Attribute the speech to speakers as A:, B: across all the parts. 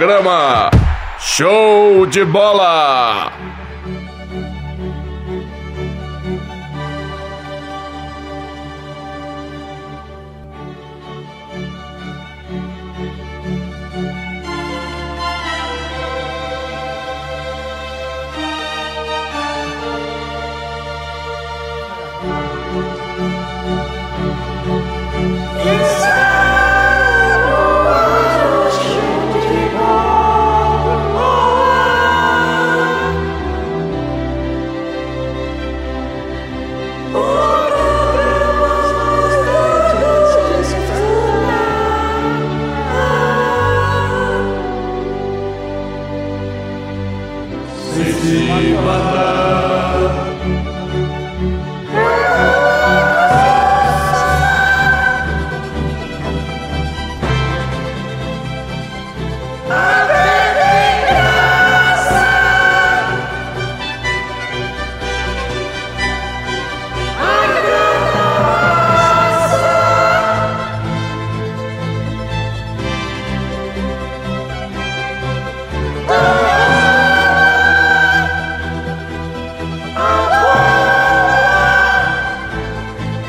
A: Programa Show de Bola.
B: Ah,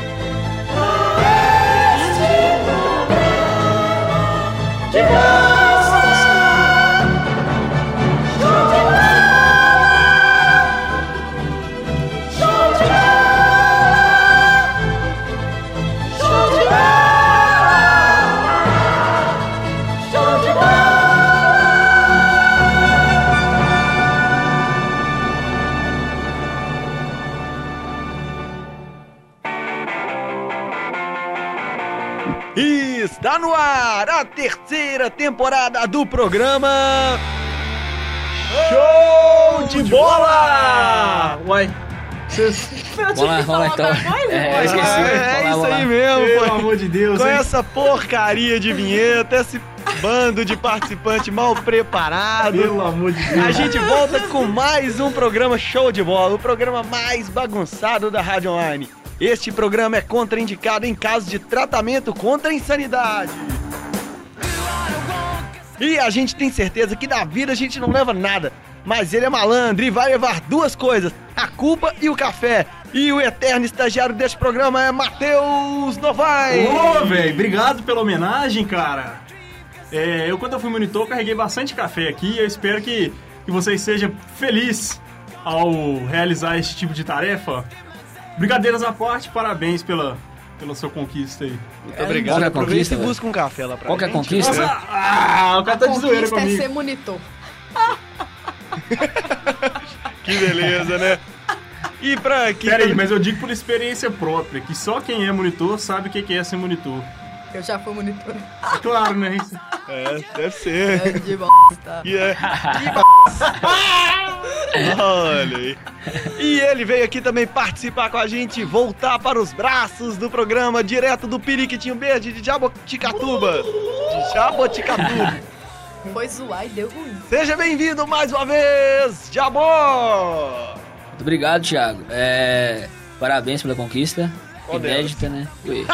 C: Está no ar a terceira temporada do programa Show de Bola!
D: Uai. Vocês... Vamos lá, vamos lá então. É, eu esqueci.
C: Ah, é
D: Vamos lá,
C: isso
D: vamos lá.
C: aí mesmo,
E: Pelo
C: pô.
E: amor de Deus,
C: Com
E: hein?
C: essa porcaria de vinheta, esse bando de participante mal preparado.
E: Pelo amor de Deus.
C: A gente volta com mais um programa show de bola, o programa mais bagunçado da Rádio Online. Este programa é contraindicado em caso de tratamento contra a insanidade. E a gente tem certeza que da vida a gente não leva nada, mas ele é malandro e vai levar duas coisas: a culpa e o café. E o eterno estagiário deste programa é Matheus Novaes.
E: Ô, velho, obrigado pela homenagem, cara. É, eu, quando eu fui monitor, carreguei bastante café aqui e eu espero que, que vocês sejam felizes ao realizar esse tipo de tarefa. Brigadeiras à parte, parabéns pela, pela sua conquista aí.
C: Muito
D: Qual que é a
C: Aproveita
D: conquista,
C: e busca um café lá pra
D: Qual que é a
C: gente.
D: conquista?
E: Nossa, ah, o cara tá de zoeira
F: Conquista é
E: comigo.
F: ser monitor.
C: Que beleza, né? E pra quem
E: Pera aí, mas eu digo por experiência própria, que só quem é monitor sabe o que que é ser monitor.
F: Eu já fui monitor.
E: É claro, né?
C: É, deve ser.
F: É de bosta.
C: E é. Olha aí. E ele veio aqui também participar com a gente, voltar para os braços do programa, direto do Piriquitinho Verde de Jaboticatuba. De Jaboticatuba.
F: Foi zoar e deu ruim.
C: Seja bem-vindo mais uma vez, Jabó!
D: Muito obrigado, Thiago. É, Parabéns pela conquista.
C: Qual
D: Inédita, né? Ui.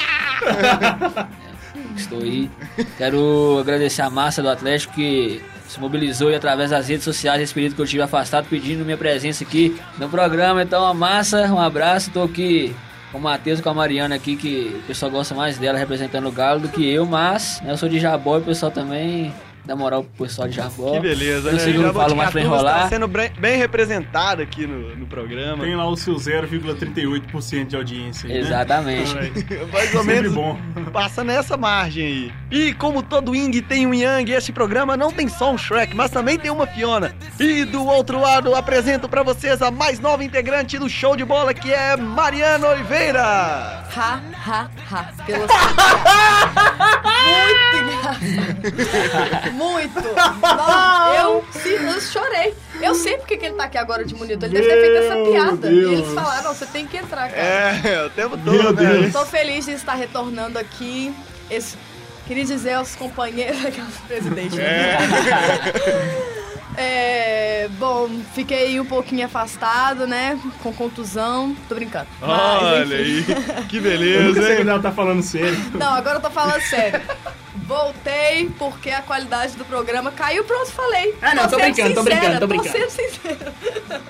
D: É, Estou aí. Quero agradecer a massa do Atlético que se mobilizou e através das redes sociais esse período que eu tive afastado pedindo minha presença aqui no programa. Então, a massa, um abraço. Estou aqui com o Matheus e com a Mariana aqui, que o pessoal gosta mais dela representando o Galo do que eu, mas né, eu sou de Jabó e o pessoal também dá moral pro pessoal de Jabó.
C: Que beleza,
D: eu
C: né?
D: sei que eu não falo mais pra
C: Jaboticatuba está
D: enrolar.
C: sendo bem, bem representado aqui no, no programa.
E: Tem lá o seu 0,38% de audiência. aí, né? É
D: Exatamente.
C: Mais ou
E: Sempre
C: menos
E: bom.
C: Passa nessa margem aí. E como todo Ying tem um Yang, este programa não tem só um Shrek, mas também tem uma Fiona. E do outro lado, apresento pra vocês a mais nova integrante do show de bola, que é Mariana Oliveira.
F: Ha, ha, ha. Pela sua- Muito engraçado. Muito. Não, eu, se- eu chorei. Eu sei porque que ele tá aqui agora de monitor. Ele deve ter feito essa
E: Meu
F: piada.
E: Deus.
F: E eles falaram, você tem que entrar, cara.
C: É, o tempo todo, né?
E: Meu Deus.
F: Tô feliz de estar retornando aqui. Esse- Queria dizer aos companheiros aquela presidente. É, bom, fiquei um pouquinho afastado, né? Com contusão. Tô brincando. Mas, enfim.
C: aí, que
E: Eu nunca
C: beleza,
E: sei quando ela tá falando sério.
F: Não, agora eu tô falando sério. Voltei porque a qualidade do programa caiu, pronto, falei.
G: Ah, não, tô
F: sendo
G: brincando, tô brincando, tô brincando.
F: Tô sendo sincera.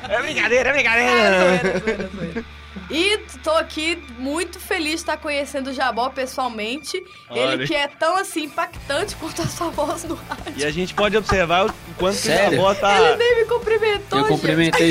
C: É brincadeira, é
F: Ah,
C: brincadeira.
F: zoeira, zoeira, zoeira. E tô aqui muito feliz de estar conhecendo o Jabó pessoalmente.
C: Olha.
F: Ele que é tão assim impactante quanto a sua voz no ar.
C: E a gente pode observar o quanto que o
D: Sério?
C: Jabó tá...
F: Ele nem me cumprimentou,
D: Eu cumprimentei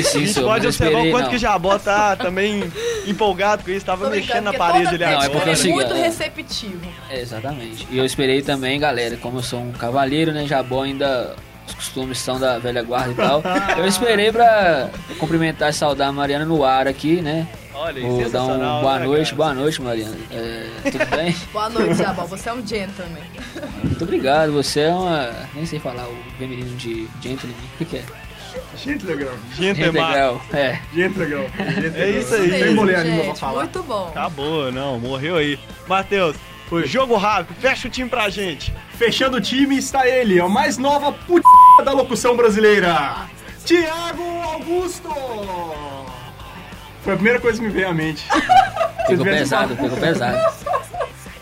C: A
D: sim,
C: gente
D: senhor.
C: pode
D: não
C: observar o
D: esperei,
C: quanto
D: não.
C: que o Jabó tá também empolgado com isso, tava
F: Tô
C: mexendo
F: brincando,
C: na
F: porque
C: parede
F: toda
C: ali
F: vez
D: Não, é
F: ele
D: porque
F: é
D: assim,
F: muito
D: é-
F: receptivo.
D: É, exatamente. E eu esperei também, galera, como eu sou um cavaleiro, né? Jabó ainda. Os costumes são da velha guarda e tal. Eu esperei pra cumprimentar e saudar a Mariana no ar aqui, né?
C: Olha, isso
D: Vou dar um
C: sensacional,
D: boa
C: né,
D: noite,
C: cara?
D: boa noite, Mariana. É, tudo bem?
F: Boa noite, Jabó. Você é um gentleman.
D: Muito obrigado. Você é uma. Nem sei falar o feminino de gentleman. O que, que é?
E: Gente legal.
C: Gente, é má.
D: Integral. É.
E: Gente legal. Gente
C: É
E: legal.
C: isso aí.
E: Tem mulher ainda pra
F: gente,
E: falar.
F: muito bom.
C: Acabou, não, morreu aí. Matheus, jogo rápido, fecha o time pra gente.
E: Fechando o time está ele, a mais nova p*** da locução brasileira. Tiago Augusto. Foi a primeira coisa que me veio à mente.
D: Pegou
E: tivesse
D: pesado,
E: falado.
D: pegou pesado.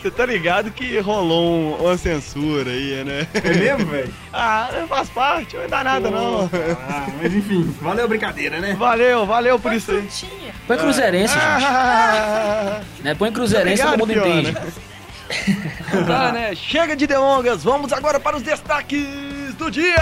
C: Você tá ligado que rolou um- uma censura aí, né?
E: É mesmo, velho?
C: Ah, faz parte, não dá nada não.
E: Ah, mas enfim, valeu a brincadeira, né?
C: Valeu, valeu por isso aí.
F: Frutinha.
D: Põe cruzeirense,
C: Ah,
D: gente. Né? Põe cruzeirense, todo
C: obrigado,
D: mundo
C: Fiona.
D: entende.
C: Tá, né? Chega de delongas, vamos agora para os destaques do dia!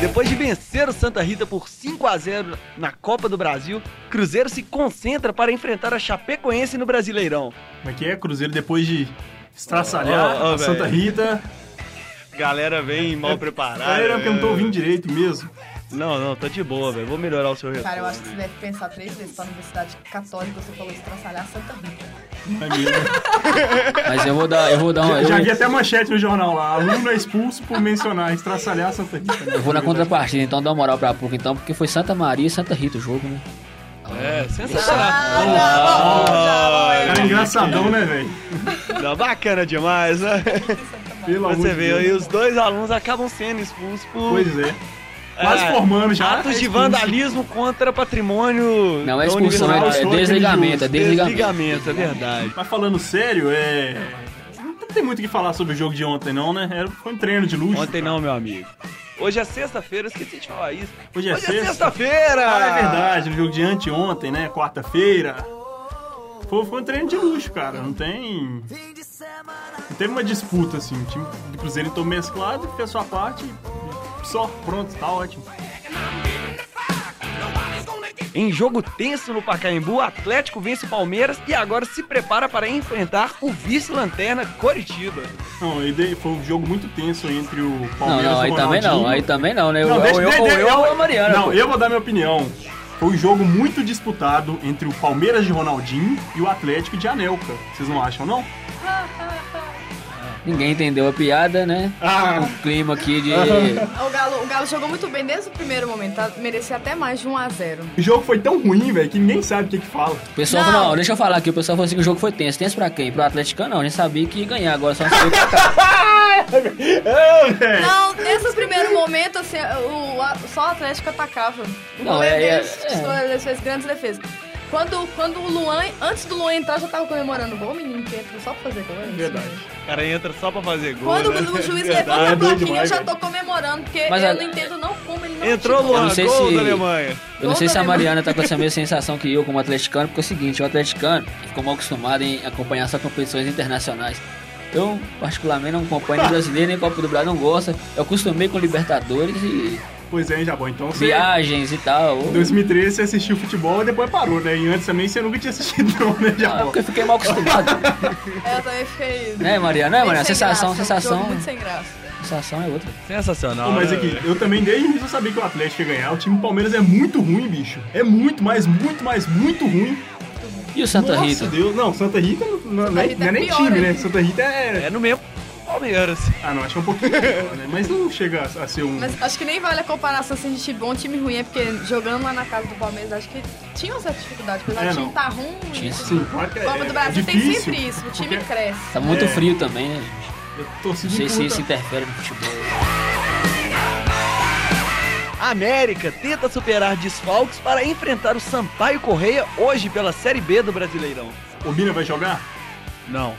C: Depois de vencer o Santa Rita por 5 a 0 na Copa do Brasil, Cruzeiro se concentra para enfrentar a Chapecoense no Brasileirão.
E: Como é que é? Cruzeiro depois de estraçalhar
C: Ó, ó,
E: a Santa
C: velho.
E: Rita.
C: Galera vem mal
E: Ah,
C: preparada.
E: era porque eu não tô ouvindo direito mesmo.
C: Não, não, tá de boa, velho. Vou melhorar o seu
F: Cara, eu
C: retorno.
F: acho que você deve pensar três vezes pra Universidade Católica você falou estraçalhar Santa Rita.
E: Não é mesmo.
D: Mas eu vou dar, eu vou dar uma.
E: Já
D: eu-
E: vi até manchete no jornal lá. Aluno é expulso por mencionar estraçalhar a Santa Rita.
D: Eu vou na contrapartida, então dá uma moral pra PUC, então, porque foi Santa Maria e Santa Rita o jogo, né?
C: É, sensacional.
F: Ah, não,
E: Cara,
C: Ah,
E: engraçadão, né, velho?
C: Tá bacana demais, né?
E: Pelo amor
C: Você
E: de
C: vê,
E: Deus.
C: aí os dois alunos acabam sendo expulsos por
E: né? Pois é. Quase formando já. né?
C: atos de
E: Expulso.
C: vandalismo contra patrimônio.
D: Ah, Não,
C: da
D: é expulsão,
C: universidade.
D: é- é desligamento, é
C: Desligamento,
D: desligamento.
C: é verdade.
E: Mas falando sério, é. Não tem muito o que falar sobre o jogo de ontem, não, né? Era- Foi um treino de luxo.
C: Ontem
E: cara.
C: não, meu amigo. Hoje é sexta-feira, eu esqueci de falar isso.
E: Hoje é sexta.
C: sexta-feira!
E: Ah, é verdade, no jogo de anteontem, né? Quarta-feira. Foi, foi um treino de luxo, cara. Não tem. Não teve uma disputa, assim. O time do Cruzeiro entrou mesclado, fez sua parte. e Só, pronto, tá ótimo.
C: Em jogo tenso no Pacaembu, o Atlético vence o Palmeiras e agora se prepara para enfrentar o vice-lanterna Coritiba.
E: Não, e daí foi um jogo muito tenso entre o
D: Não,
E: Palmeiras
D: não,
E: e
D: aí
E: o
D: também não,
E: Ronaldinho.
D: aí também não, né? Eu,
E: Não,
D: eu,
E: deixa-
D: eu,
E: deixa-
D: eu,
E: deixa-
D: ou a Mariana.
E: Não,
D: pô.
E: eu vou dar minha opinião. Foi um jogo muito disputado entre o Palmeiras de Ronaldinho e o Atlético de Anelka. Vocês não acham, não?
D: Ninguém entendeu a piada, né?
E: Ah,
D: O clima aqui de.
F: O Galo, o Galo jogou muito bem desde o primeiro momento, tá? merecia até mais de 1 a né? 0
E: o jogo foi tão ruim, velho, que ninguém sabe o que que fala.
D: O pessoal
F: Não.
D: falou, não, deixa eu falar aqui, o pessoal falou assim que o jogo foi tenso. Tenso pra quem? Pro Atlético não, a gente sabia que ia ganhar, agora só não sabia pra cá.
F: Não, desde o primeiro momento, assim, o, a- só o Atlético atacava. O
D: Não,
F: goleiro
D: é- é-
F: deles
D: é.
F: fez- fez grandes defesas. Quando, quando o Luan, antes do Luan entrar, já tava comemorando o gol, menino que entra só pra fazer gol. é isso,
E: Verdade.
F: né?
C: O cara entra só pra fazer gol.
F: Quando
C: né?
F: o juiz
C: Verdade.
F: levanta a
E: doido
F: plaquinha, eu
E: demais,
F: já
E: velho.
F: tô comemorando, porque
D: Mas
F: eu
D: a-
F: não entendo não como ele não tipo,
C: Entrou
F: atirou.
C: Luan,
D: não sei
C: gol
D: se-
C: da Alemanha.
D: Eu não sei se a
F: Toda
D: Mariana tá com essa mesma sensação que eu como atleticano, porque é o seguinte, o atleticano ficou mal acostumado em acompanhar só competições internacionais. Eu, particularmente, não acompanho nem brasileiro, nem Copa do Brasil, não gosto. Eu acostumei com Libertadores e
E: Pois é, hein, Jabão, então você...
D: viagens e tal.
E: Em 2013 você assistiu futebol e depois parou, né? E antes também você nunca tinha assistido não, né,
D: Ah, é
E: Jabão?
D: porque eu fiquei mal acostumado.
F: É, Eu também fiquei...
D: né, Mariana? Né,
F: bem
D: Mariana?
F: sem
D: Sensação,
F: graça, um jogo
D: sensação.
F: Muito sem graça.
D: Sensação é outra.
C: Sensacional.
E: Pô,
D: Ah,
E: mas
C: né,
E: aqui,
C: velho?
E: eu também desde o início eu sabia que o Atlético ia ganhar. O time do Palmeiras é muito ruim, bicho. É muito, mas muito, mas muito ruim.
D: E o Santa
E: Nossa
D: Rita?
E: Deus, não, Santa Rita não, não- não é-
F: Rita
E: não é
F: é
E: nem
F: pior,
E: time,
F: né?
E: né? Santa Rita é.
C: É no mesmo Palmeiras.
E: Ah, não, acho que é um pouquinho pior, né? Mas não chega a, a ser um.
F: Mas acho que nem vale a comparação assim, de time bom e time ruim, é porque jogando lá na casa do Palmeiras, acho que tinha uma certa dificuldade, apesar
E: É,
F: do
E: não.
F: time tá ruim.
D: Tinha sim.
E: Sim, claro que é-
F: Copa do
E: é
F: Brasil tem
E: difícil,
F: sempre isso, o time
E: porque
F: cresce.
D: Tá muito
E: É.
D: frio também, né, gente?
E: a
D: Não
E: torcida
D: sei se
E: imputa-
D: isso interfere no futebol.
C: América tenta superar desfalques para enfrentar o Sampaio Correia hoje pela Série B do Brasileirão.
E: O Mina vai jogar?
C: Não.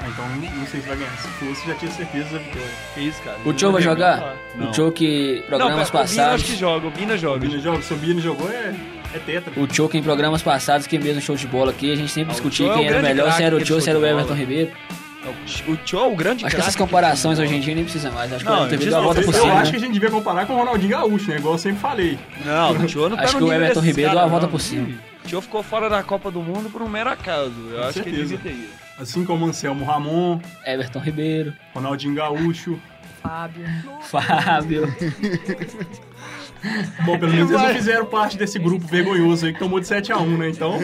E: Ah, então não, não sei se vai ganhar. Se fosse, já tinha certeza da vitória.
C: Que isso, cara?
D: O Tio vai jogar?
C: Não.
D: O Tio que
C: não,
D: programas
C: cara, o Bina acho que
D: passados.
C: joga, o Bina
E: O
C: joga.
E: Mina joga, se o Mina jogou, é, é tetra.
D: O Tio que em programas passados, que mesmo show de bola aqui, a gente sempre
C: Ah, o Tio
D: discutia
C: é um
D: quem era
C: grande
D: melhor, se
C: craque
D: era o
C: desse
D: Tio, se era o
C: show de bola.
D: Everton Ribeiro.
C: O Tio é o grande
D: Acho que
C: craque
D: essas comparações hoje em dia nem precisa mais. Acho que
C: Não,
D: o Everton Ribeiro
C: eu
D: deu a
E: Eu,
D: volta por cima.
E: acho que
D: né?
E: a gente devia comparar com o Ronaldinho Gaúcho, né? Igual eu sempre falei.
C: Não, o Tio não tá
D: Acho
C: no
D: que o
C: nível
D: Everton
C: desses
D: Ribeiro deu
C: caras,
D: a volta
C: não.
D: por cima.
C: O Tio ficou fora da Copa do Mundo por um mero acaso. Eu
E: Com
C: acho
E: certeza.
C: que ele devia ter ido.
E: Assim como Anselmo Ramon,
D: Everton Ribeiro,
E: Ronaldinho Gaúcho.
F: Fábio.
D: Fábio.
E: Bom, pelo menos eles não
C: Vai.
E: fizeram parte desse grupo vergonhoso aí que tomou de 7x1, né? Então,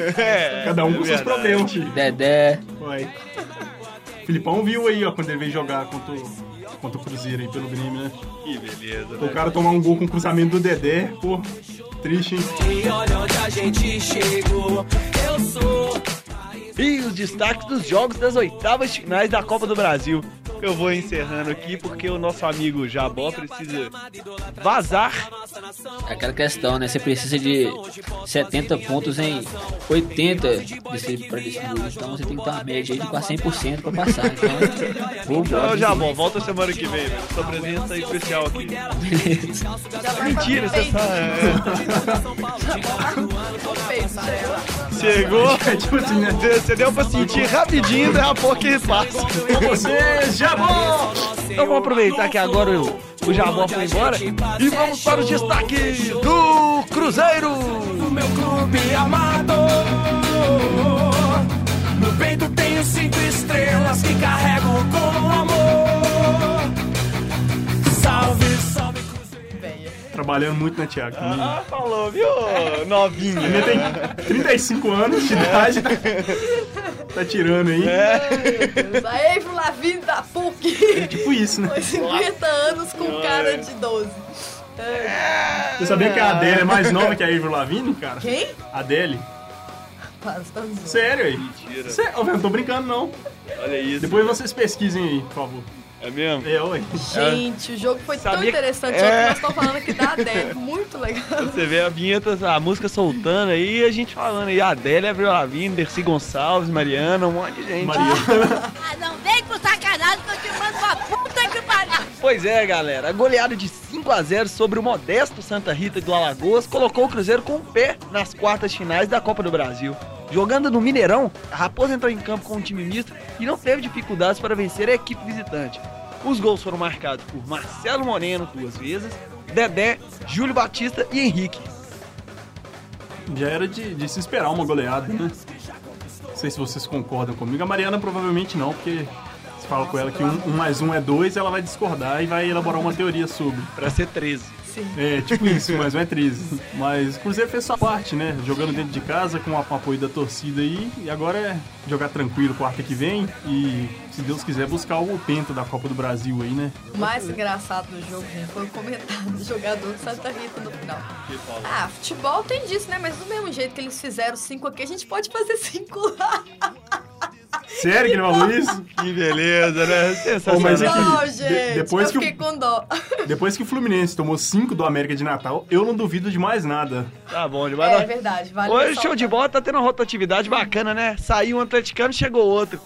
E: cada um com seus problemas. tio.
D: Dedé.
E: Vai. Filipão viu aí, ó, quando ele veio jogar contra o, contra o Cruzeiro aí pelo Grêmio, né?
C: Que beleza, né?
E: O cara tomar um gol com o cruzamento do Dedé, pô, triste, hein?
G: E olha onde a gente chegou. Eu sou.
C: E os destaques dos jogos das oitavas de finais da Copa do Brasil. Eu vou encerrando aqui porque o nosso amigo Jabó precisa vazar.
D: É aquela questão, né? Você precisa de 70 pontos em 80 desse, pra distribuir. Então você tem que estar uma média aí de quase 100% pra passar. Então,
C: Então,
D: vambora.
C: Jabó, volta semana que vem, né? Sua presença é especial aqui.
D: Beleza.
F: Já vai
C: Mentira,
F: fazer
C: você só. é,
F: Perfeito, né?
C: Chegou,
E: É tipo assim, né?
C: você deu pra sentir rapidinho, daqui a pouco ele passa.
E: Vocês, Jabô!
C: Então vamos aproveitar que agora o, o Jabó foi embora e vamos para os destaques do Cruzeiro.
G: O meu clube amado. No peito tenho cinco estrelas que carrego com amor. Salve, salve, Cruzeiro.
E: Trabalhando muito, né, Thiago?
C: Ah, falou, viu, novinha?
E: Ele tem 35 anos de idade, tá, tá tirando aí. É.
F: Aí, Flavino da PUC.
E: Tipo isso, né?
F: Com 50 anos com cara de 12. Ai,
E: Você sabia que a Adele é mais nova que a Avril Lavigne, cara?
F: Quem?
E: Adele?
F: Rapaz, tá me zoando.
E: Sério aí?
C: Mentira,
E: Sério? Ô, velho, não tô brincando, não.
C: olha isso.
E: Depois vocês pesquisem aí, por favor.
C: É mesmo?
E: É, oi.
F: Gente, o jogo foi tão
C: Sabia-
F: interessante
C: É.
F: ontem que nós estamos falando aqui da Adele. Muito legal.
C: Você vê a vinheta, a música soltando aí, a gente falando aí, Adélia, Avril Lavigne, Dercy Gonçalves, Mariana, um monte de gente.
E: Maria.
B: Ah, não vem com sacanagem que eu te mando pra puta que pariu.
H: Então,
C: Pois é, galera, a goleada de 5 a 0 sobre o modesto Santa Rita do Alagoas colocou o Cruzeiro com o pé nas quartas finais da Copa do Brasil. Jogando no Mineirão, a Raposa entrou em campo com um time misto e não teve dificuldades para vencer a equipe visitante. Os gols foram marcados por Marcelo Moreno duas vezes, Dedé, Júlio Batista e Henrique.
E: Já era de, de se esperar uma goleada, né? Não sei se vocês concordam comigo. A Mariana provavelmente não, porque se fala com ela que um, um mais um é dois, ela vai discordar e vai elaborar uma teoria sobre.
C: Para ser 13.
E: É, tipo isso, mas não é triste. Mas o Cruzeiro fez sua parte, né? Jogando dentro de casa, com o apoio da torcida aí. E agora é jogar tranquilo quarta que vem e, se Deus quiser, buscar o penta da Copa do Brasil aí, né?
F: O mais engraçado do jogo, gente, foi o comentário do jogador de Santa Rita no final. Ah, futebol tem disso, né? Mas do mesmo jeito que eles fizeram cinco aqui, a gente pode fazer cinco lá.
E: Sério que ele falou isso?
C: Que beleza, né?
E: Ô, mas é
C: Sensacional.
E: que-
F: Não,
E: de-
F: gente.
E: depois
F: eu
E: que o-
F: fiquei com dó.
E: Depois que o Fluminense tomou 5 do América de Natal, eu não duvido de mais nada.
C: Tá bom demais.
F: É,
C: né?
F: verdade, vale
C: Hoje o
F: ressaltar.
C: show de bola tá tendo uma rotatividade bacana, né? Saiu um atleticano, chegou outro.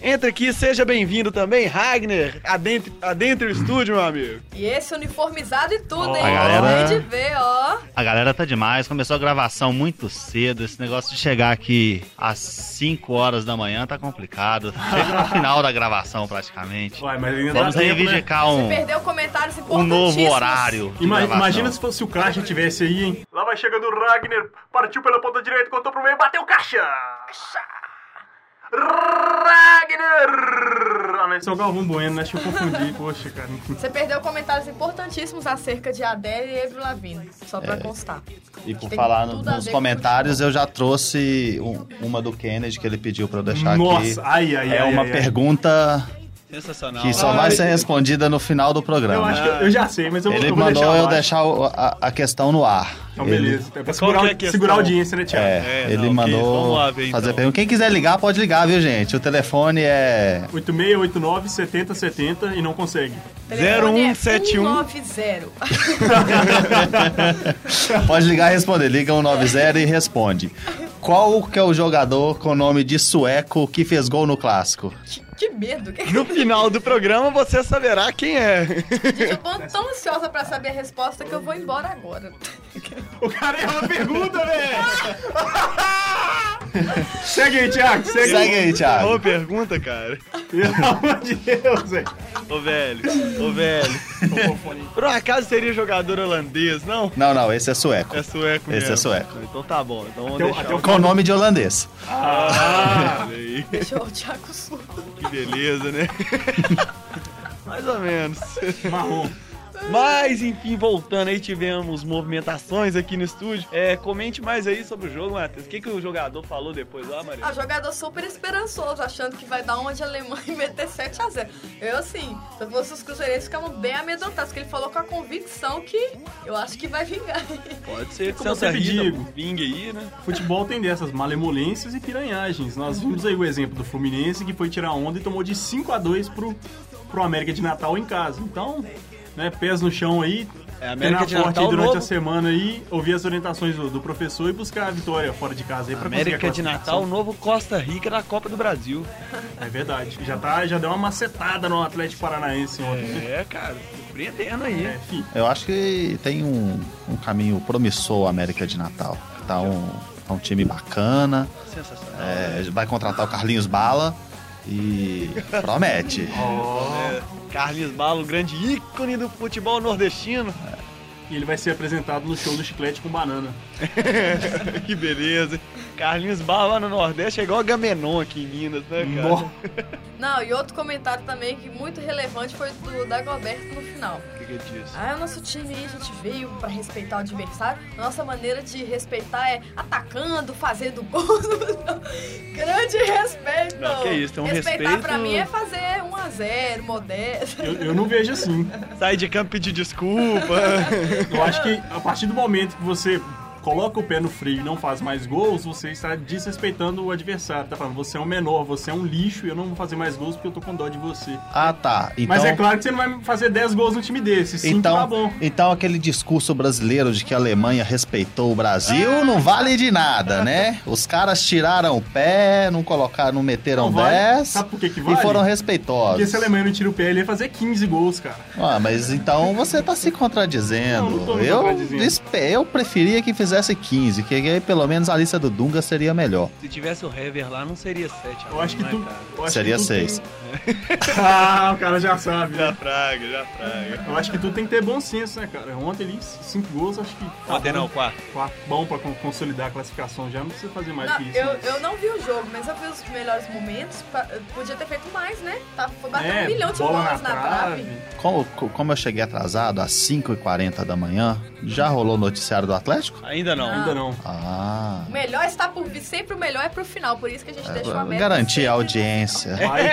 C: Entra aqui, seja bem-vindo também, Ragner. Adentre, adentre o estúdio, meu amigo.
F: E esse uniformizado e tudo,
E: Ó,
F: hein?
E: a
H: galera-
F: Gostei de ver, ó.
H: A galera tá demais, começou a gravação muito cedo. Esse negócio de chegar aqui às 5 horas da manhã tá complicado. Chega no final da gravação praticamente.
E: Uai, mas ainda
H: Vamos
E: dá tempo, né?
H: reivindicar um,
F: Perdeu comentários
H: um
F: importantíssimos.
H: novo horário. de
E: Ima-
H: gravação.
E: imagina se, fosse- se o Caixa tivesse aí, hein? Lá vai chegando o Ragnar, partiu pela ponta direita, contou pro meio, bateu o Caixa! Ragnar! Ah, mas esse é o Galvão Bueno, né? Deixa eu confundir, poxa, cara.
F: Você perdeu comentários importantíssimos acerca de Adele e Avril Lavigne, só
H: É.
F: pra constar.
H: E por
F: Tem
H: falar
F: tudo
H: no-
F: a
H: nos
F: ver com
H: comentários, eu já trouxe um- uma do Kennedy que ele pediu pra eu deixar
E: Nossa,
H: aqui.
E: ai, ai,
H: É
E: ai,
H: uma
E: ai, ai.
H: pergunta
C: Sensacional.
H: que só vai ser respondida no final do
E: Eu
H: programa.
E: acho que eu, eu já sei, mas eu vou,
H: Ele
E: eu vou
H: mandou
E: deixar
H: eu
E: abaixo.
H: deixar o- a, a questão no ar.
E: Então,
I: Ele-
E: beleza. É pra
J: Qual
E: segurar,
J: que é a questão?
E: segurar a audiência, né, Thiago?
I: É,
H: ele
I: não, ok,
H: mandou
I: vamos lá ver,
H: fazer
I: então.
H: pergunta. Quem quiser ligar, pode ligar, viu, gente? O telefone é
E: 8689 7070 e não consegue.
H: um
F: Telefone é
J: 0171.
F: 190.
H: Pode ligar e responder. Liga 190 e responde. Qual que é o jogador com nome de sueco que fez gol no clássico?
F: Que, que medo.
C: No final do programa você saberá quem é.
F: Gente, eu tô tão ansiosa pra saber a resposta que eu vou embora agora.
E: O cara errou a pergunta, velho! segue aí, Thiago, segue aí.
H: Segue aí,
I: Ô,
H: Thiago.
I: pergunta, cara.
E: Pelo amor de Deus, velho.
I: Ô, velho. Ô, velho.
C: Por um acaso seria jogador holandês, não?
H: Não, não, esse é sueco.
C: É sueco
H: Esse
C: mesmo.
H: é sueco.
C: Então tá bom, então vamos
E: Até o-
C: deixar.
E: até o-
H: Com nome de holandês.
I: Olha aí,
F: Deixou o Thiago surdo.
I: que beleza, né?
C: Mais ou menos.
E: Marrom.
C: Mas enfim, voltando aí, tivemos movimentações aqui no estúdio. É, comente mais aí sobre o jogo, Matheus. O que, que o jogador falou depois lá, Maria?
F: Ah, jogador super esperançoso, achando que vai dar uma de Alemanha e meter 7x0. Eu, assim, se eu fosse os cruzeirenses, ficavam bem amedrontados, porque ele falou com a convicção que eu acho que vai vingar.
C: Pode ser que tá
E: Como
C: Santa
E: sempre
C: Rita
E: digo.
C: vingue aí, né?
E: Futebol tem dessas malemolências e piranhagens. Nós vimos aí o exemplo do Fluminense que foi tirar onda e tomou de 5 a 2 pro, pro América de Natal em casa. Então, né, pés no chão aí.
C: É,
E: treinar
C: América de
E: forte aí
C: Natal
E: durante
C: novo.
E: a semana aí, ouvir as orientações do, do professor e buscar a vitória fora de casa aí pra conseguir a
C: América de Natal,
E: classificação.
C: novo Costa Rica da Copa do Brasil.
E: É verdade. Já, tá, já deu uma macetada no Atlético Paranaense ontem.
C: É, cara, surpreendendo aí.
E: É, enfim.
H: Eu acho que tem um, um caminho promissor a América de Natal. Tá um, tá um time bacana.
C: Sensacional.
H: é, vai contratar o Carlinhos Bala. E promete.
C: Carlos Balo, grande ícone do futebol nordestino.
E: E ele vai ser apresentado no show do Chiclete com Banana.
C: que beleza. hein? Carlinhos Balo lá no Nordeste é igual a Gamenon aqui em Minas, né, cara?
F: Não, e outro comentário também que muito relevante foi do Dagoberto no final.
C: O que, que ele disse?
F: Ah, o nosso time aí, a gente veio pra respeitar o adversário. A nossa maneira de respeitar é atacando, fazendo gols. Grande respeito!
C: Não, que isso, tem um
F: Respeitar
C: respeito-
F: pra mim é fazer 1x0, modesto.
E: Eu, eu não vejo assim.
C: Sai de campo pedir desculpa.
E: Eu acho que a partir do momento que você coloca o pé no freio e não faz mais gols, você está desrespeitando o adversário. Tá falando, você é um menor, você é um lixo e eu não vou fazer mais gols porque eu tô com dó de você.
H: Ah, tá. Então,
E: Mas é claro que você não vai fazer 10 gols no time desse. 5
H: então,
E: tá bom.
H: então aquele discurso brasileiro de que a Alemanha respeitou o Brasil não vale de nada, né? Os caras tiraram o pé, não colocaram, não meteram
E: Não vale.
H: 10
E: Sabe por que que
H: e
E: vale?
H: foram
E: Porque
H: respeitosos.
E: se a Alemanha não tira o pé, ele ia fazer 15 gols, cara.
H: Ah, mas então você tá se
E: Não,
H: contradizendo.
E: não tô me
H: eu,
E: contradizendo.
H: espe- eu preferia que fizesse 15, que aí pelo menos a lista do Dunga seria melhor.
C: Se tivesse o Hever lá, não seria um, 7.
E: Eu acho que
I: é,
E: tu. eu acho
H: Seria
E: que tu
H: 6.
E: tem- Ah, o cara já sabe. né?
I: Já praga, já praga.
E: Eu acho que tu tem que ter bom senso, né, cara? Ontem ali, 5 gols, acho que. tá
C: Ontem
E: bom.
C: não, quarto.
E: Tá bom pra con- consolidar a classificação já, não precisa fazer mais
F: Não,
E: que isso.
F: eu,
E: né?
F: eu não vi o jogo, mas eu vi os melhores momentos. Pa- eu Podia ter feito mais, né? Tá, foi bater
E: É,
F: um milhão de
E: bola
F: bolas na, trave.
H: Como, como eu cheguei atrasado às 5h40 da manhã, já rolou o noticiário do Atlético?
C: Ainda não.
F: Não.
E: Ainda não.
H: Ah.
F: O melhor está por vir, sempre o melhor é pro final, por isso que a gente deixou a meta. assim.
H: Garantir a
F: sempre-
H: audiência.
E: Vai.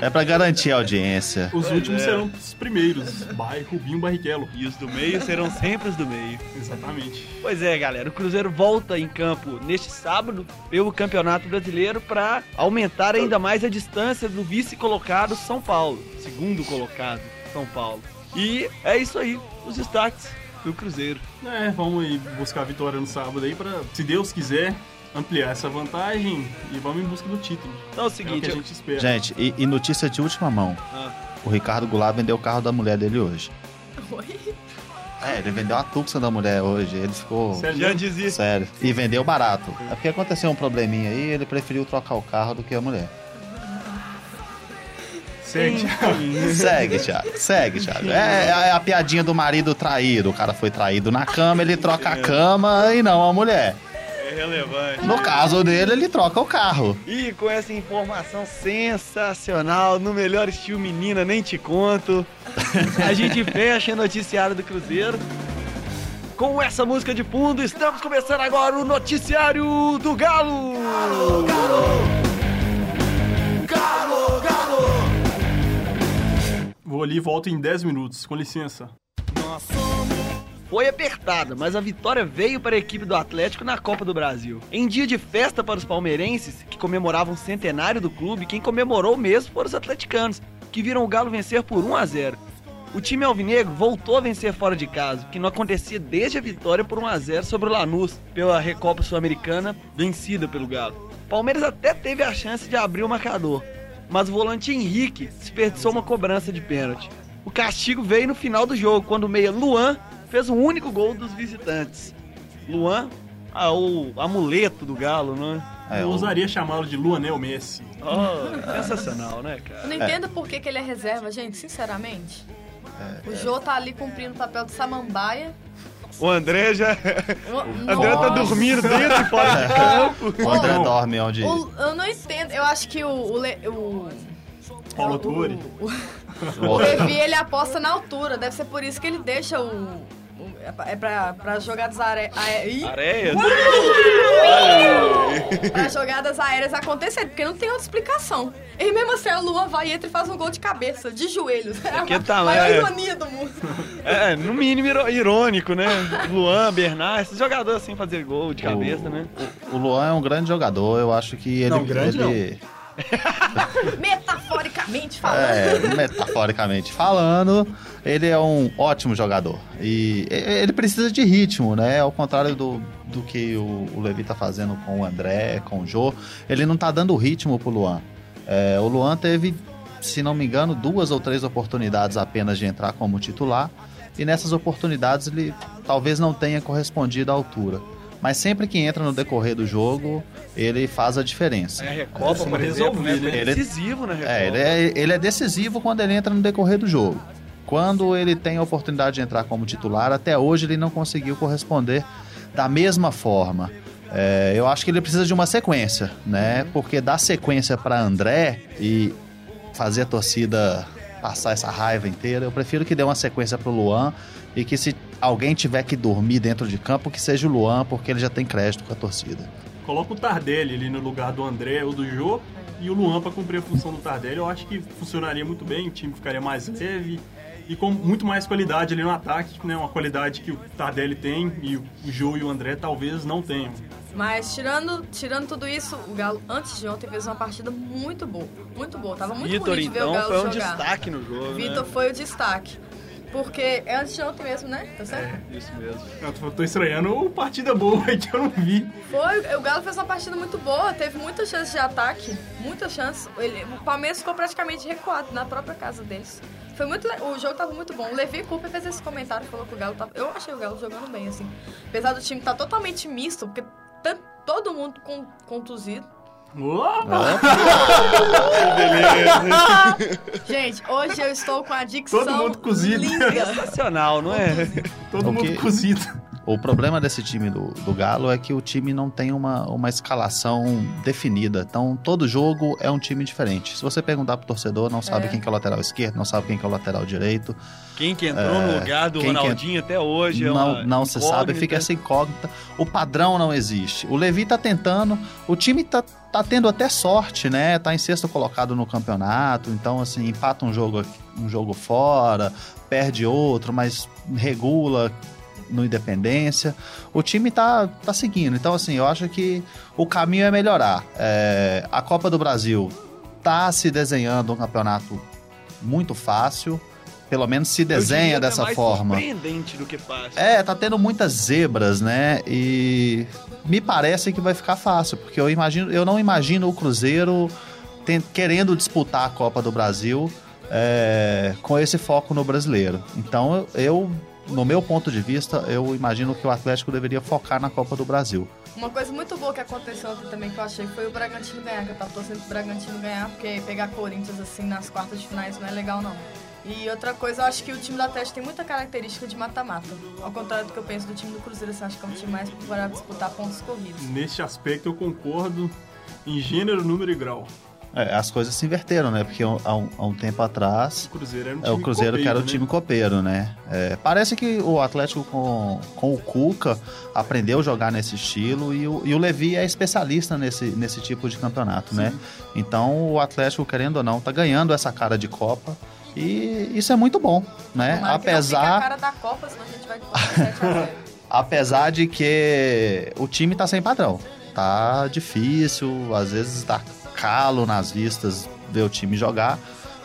H: É pra garantir a audiência.
E: Os últimos
C: é.
E: serão os primeiros. Bai, Rubinho, Barrichello.
C: E os do meio serão sempre os do meio.
E: Exatamente.
C: Pois é, galera. O Cruzeiro volta em campo neste sábado pelo Campeonato Brasileiro para aumentar ainda mais a distância do vice-colocado São Paulo. Segundo colocado São Paulo. E é isso aí. Os destaques do Cruzeiro.
E: É, vamos aí buscar a vitória no sábado aí pra, se Deus quiser, ampliar essa vantagem e vamos em busca do título.
C: Então é o
E: É o que
C: seguinte,
E: a
C: eu-
E: gente espera.
H: Gente, e, e notícia de última mão.
C: Ah.
H: O Ricardo Goulart vendeu o carro da mulher dele hoje.
F: Oi?
H: É, ele vendeu a Tucson da mulher hoje. Ele ficou...
E: Sério,
C: já dizia.
H: Sério. E vendeu barato. É porque aconteceu um probleminha aí, ele preferiu trocar o carro do que a mulher.
E: Sério,
H: Segue, Thiago. Segue, Thiago. É, é a piadinha do marido traído. O cara foi traído na cama, ele troca a cama e não a mulher.
I: É relevante.
H: No caso dele, ele troca o carro.
C: E com essa informação sensacional, no melhor estilo menina, nem te conto, a gente fecha o noticiário do Cruzeiro. Com essa música de fundo, estamos começando agora o noticiário do Galo.
E: Vou ali e volto em 10 minutos, com licença.
C: foi apertada, mas a vitória veio para a equipe do Atlético na Copa do Brasil. Em dia de festa para os palmeirenses, que comemoravam o centenário do clube, quem comemorou mesmo foram os atleticanos, que viram o Galo vencer por 1 a 0. O time alvinegro voltou a vencer fora de casa, o que não acontecia desde a vitória por 1 a 0 sobre o Lanús pela Recopa Sul-Americana, vencida pelo Galo. O Palmeiras até teve a chance de abrir o marcador, mas o volante Henrique desperdiçou uma cobrança de pênalti. O castigo veio no final do jogo, quando o meia Luan fez o único gol dos visitantes. Luan, ah, o amuleto do Galo, né?
H: É,
E: Eu ousaria chamá-lo de Luanel Messi.
C: Oh, sensacional, né, cara?
F: Eu não entendo por que, que ele é reserva, gente, sinceramente. o Jô tá ali cumprindo o papel de samambaia.
I: O André já.
F: O
I: O André tá dormindo dentro e fora de campo.
H: O André dorme onde.
F: O- eu não entendo. Eu acho que o. o, Le- o
E: Paulo
F: o-
E: Tuori.
F: O, o Levi ele aposta na altura. Deve ser por isso que ele deixa o. o- é pra- é pra, pra jogadas aéreas.
C: é
I: Areias?
F: Pra jogadas aéreas acontecerem, porque não tem outra explicação. E mesmo assim a Lua vai, entra e faz um gol de cabeça, de joelhos. É
C: que
F: a
C: tá,
F: maior
C: é.
F: ironia do mundo.
C: É, no mínimo iro- irônico, né? Luan, Bernard, esses jogadores assim fazer gol de cabeça, né?
H: O Luan é um grande jogador, eu acho que ele.
E: Não, grande
H: ele-
F: Metaforicamente falando.
H: É, metaforicamente falando, ele é um ótimo jogador. E ele precisa de ritmo, né? Ao contrário do, do que o, o Levi tá fazendo com o André, com o Jô, ele não tá dando ritmo pro Luan. É, o Luan teve, se não me engano, duas ou três oportunidades apenas de entrar como titular. E nessas oportunidades ele talvez não tenha correspondido à altura. Mas sempre que entra no decorrer do jogo, ele faz a diferença.
C: É, Recopa, por exemplo, né? Foi
H: Ele-
C: decisivo na Recopa.
H: É, ele é, ele é decisivo quando ele entra no decorrer do jogo. Quando ele tem a oportunidade de entrar como titular, até hoje ele não conseguiu corresponder da mesma forma. É, eu acho que ele precisa de uma sequência, né? Porque dar sequência para André e fazer a torcida passar essa raiva inteira, eu prefiro que dê uma sequência pro Luan e que se alguém tiver que dormir dentro de campo, que seja o Luan, porque ele já tem crédito com a torcida.
E: Coloca o Tardelli ali no lugar do André ou do Jô e o Luan pra cumprir a função do Tardelli. Eu acho que funcionaria muito bem, o time ficaria mais leve e com muito mais qualidade ali no ataque, né? Uma qualidade que o Tardelli tem e o Jô e o André talvez não tenham.
F: Mas tirando, tirando tudo isso, o Galo antes de ontem fez uma partida muito boa. Muito boa. Tava muito
C: Vitor,
F: bonito ver o
C: então,
F: Galo
C: foi um
F: jogar.
C: destaque no jogo, né?
F: Vitor foi o destaque. Porque é antes de ontem mesmo, né? Tá certo?
C: Isso mesmo.
E: Eu tô, tô estranhando o partida boa aí que eu não vi.
F: Foi, o Galo fez uma partida muito boa, teve muita chance de ataque, muita chance. Ele- o Palmeiras ficou praticamente recuado na própria casa deles. Foi muito, le- o jogo tava muito bom. O Levi Cooper fez esse comentário, falou que o Galo tava, eu achei o Galo jogando bem assim. Apesar do time estar totalmente misto, porque tá todo mundo con- contusido.
E: Opa!
I: Beleza.
F: Gente, hoje eu estou com a dicção
E: Todo mundo cozido.
F: linda.
C: Sensacional, não é?
E: Todo
H: O
E: mundo
H: quê?
E: cozido.
H: O problema desse time do, do Galo é que o time não tem uma, uma escalação definida. Então, todo jogo é um time diferente. Se você perguntar pro torcedor, não sabe quem que é o lateral esquerdo, não sabe quem que é o lateral direito.
C: Quem que entrou no lugar do
H: quem que
C: Ronaldinho até hoje é
H: não
C: uma
H: não se sabe,
C: incógnita.
H: fica essa incógnita. O padrão não existe. O Levi tá tentando, o time tá, tá tendo até sorte, né? Tá em sexto colocado no campeonato, então, assim, empata um jogo, aqui- um jogo fora, perde outro, mas regula no Independência. O time tá, tá seguindo. Então, assim, eu acho que o caminho é melhorar. É, a Copa do Brasil tá se desenhando um campeonato muito fácil. Pelo menos se
C: Eu diria
H: desenha
C: até
H: dessa
C: mais
H: forma.
C: surpreendente do que fácil.
H: É, tá tendo muitas zebras, né? E me parece que vai ficar fácil, porque eu imagino, eu não imagino o Cruzeiro ten- querendo disputar a Copa do Brasil é, com esse foco no brasileiro. Então eu, eu, no meu ponto de vista, eu imagino que o Atlético deveria focar na Copa do Brasil.
F: Uma coisa muito boa que aconteceu ontem também que eu achei foi o Bragantino ganhar, que eu tava torcendo pro Bragantino ganhar, porque pegar Corinthians assim nas quartas de finais não é legal não. E outra coisa, eu acho que o time do Atlético tem muita característica de mata-mata. Ao contrário do que eu penso do time do Cruzeiro, assim, eu acho que é um time mais para disputar pontos corridos.
E: Neste aspecto eu concordo em gênero, número e grau.
H: É, as coisas se inverteram, né? Porque há um- há um tempo atrás
E: O Cruzeiro era um
H: É
E: time
H: o Cruzeiro que era o
E: copeiro, né?
H: time copeiro, né? É, parece que o Atlético com, com o Cuca aprendeu a jogar nesse estilo e o, e o Levi é especialista nesse, nesse tipo de campeonato, né? Então o Atlético, querendo ou não, tá ganhando essa cara de Copa. E isso é muito bom,
F: Tomara
H: né?
F: que não fique
H: apesar
F: a cara da Copa, senão a gente vai tomar 7 a 0.
H: apesar de que o time tá sem padrão. Tá difícil, às vezes dá calo nas vistas ver o time jogar,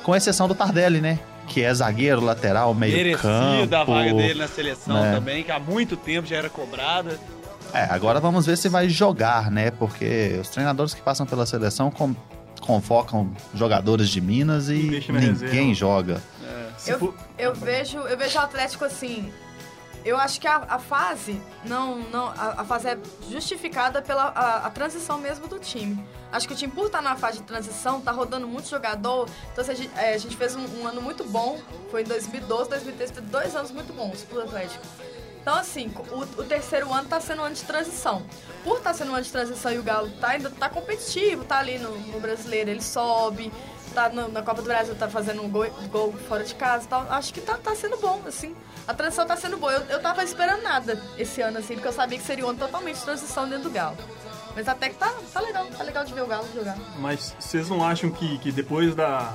H: com exceção do Tardelli, né? Que é zagueiro, lateral, meio campo.
C: Merecida a vaga dele na seleção
H: né?
C: também, que há muito tempo já era cobrada.
H: É, agora vamos ver se vai jogar, né? Porque os treinadores que passam pela seleção com- convocam jogadores de Minas
E: E
H: e
E: deixa na
H: ninguém
E: reserva.
H: joga.
E: Se for-
F: Eu vejo, eu vejo o Atlético assim. Eu acho que a, a fase não, não, a, a fase é justificada pela a, a transição mesmo do time. Acho que o time por estar na fase de transição tá rodando muito jogador. Então se a, gente, é, a gente fez um, um ano muito bom, foi em 2012, 2013, teve dois anos muito bons pro Atlético. Então assim, o, o terceiro ano tá sendo um ano de transição. Por estar sendo um ano de transição e o Galo tá ainda tá competitivo, tá ali no, no brasileiro, ele sobe, tá no- na Copa do Brasil, tá fazendo um gol, gol fora de casa e tal. Acho que tá, tá sendo bom, assim. A transição tá sendo boa. Eu, eu tava esperando nada esse ano, assim, porque eu sabia que seria um ano totalmente de transição dentro do Galo. Mas até que tá, tá legal, tá legal de ver o Galo jogar.
E: Mas vocês não acham que, que depois da,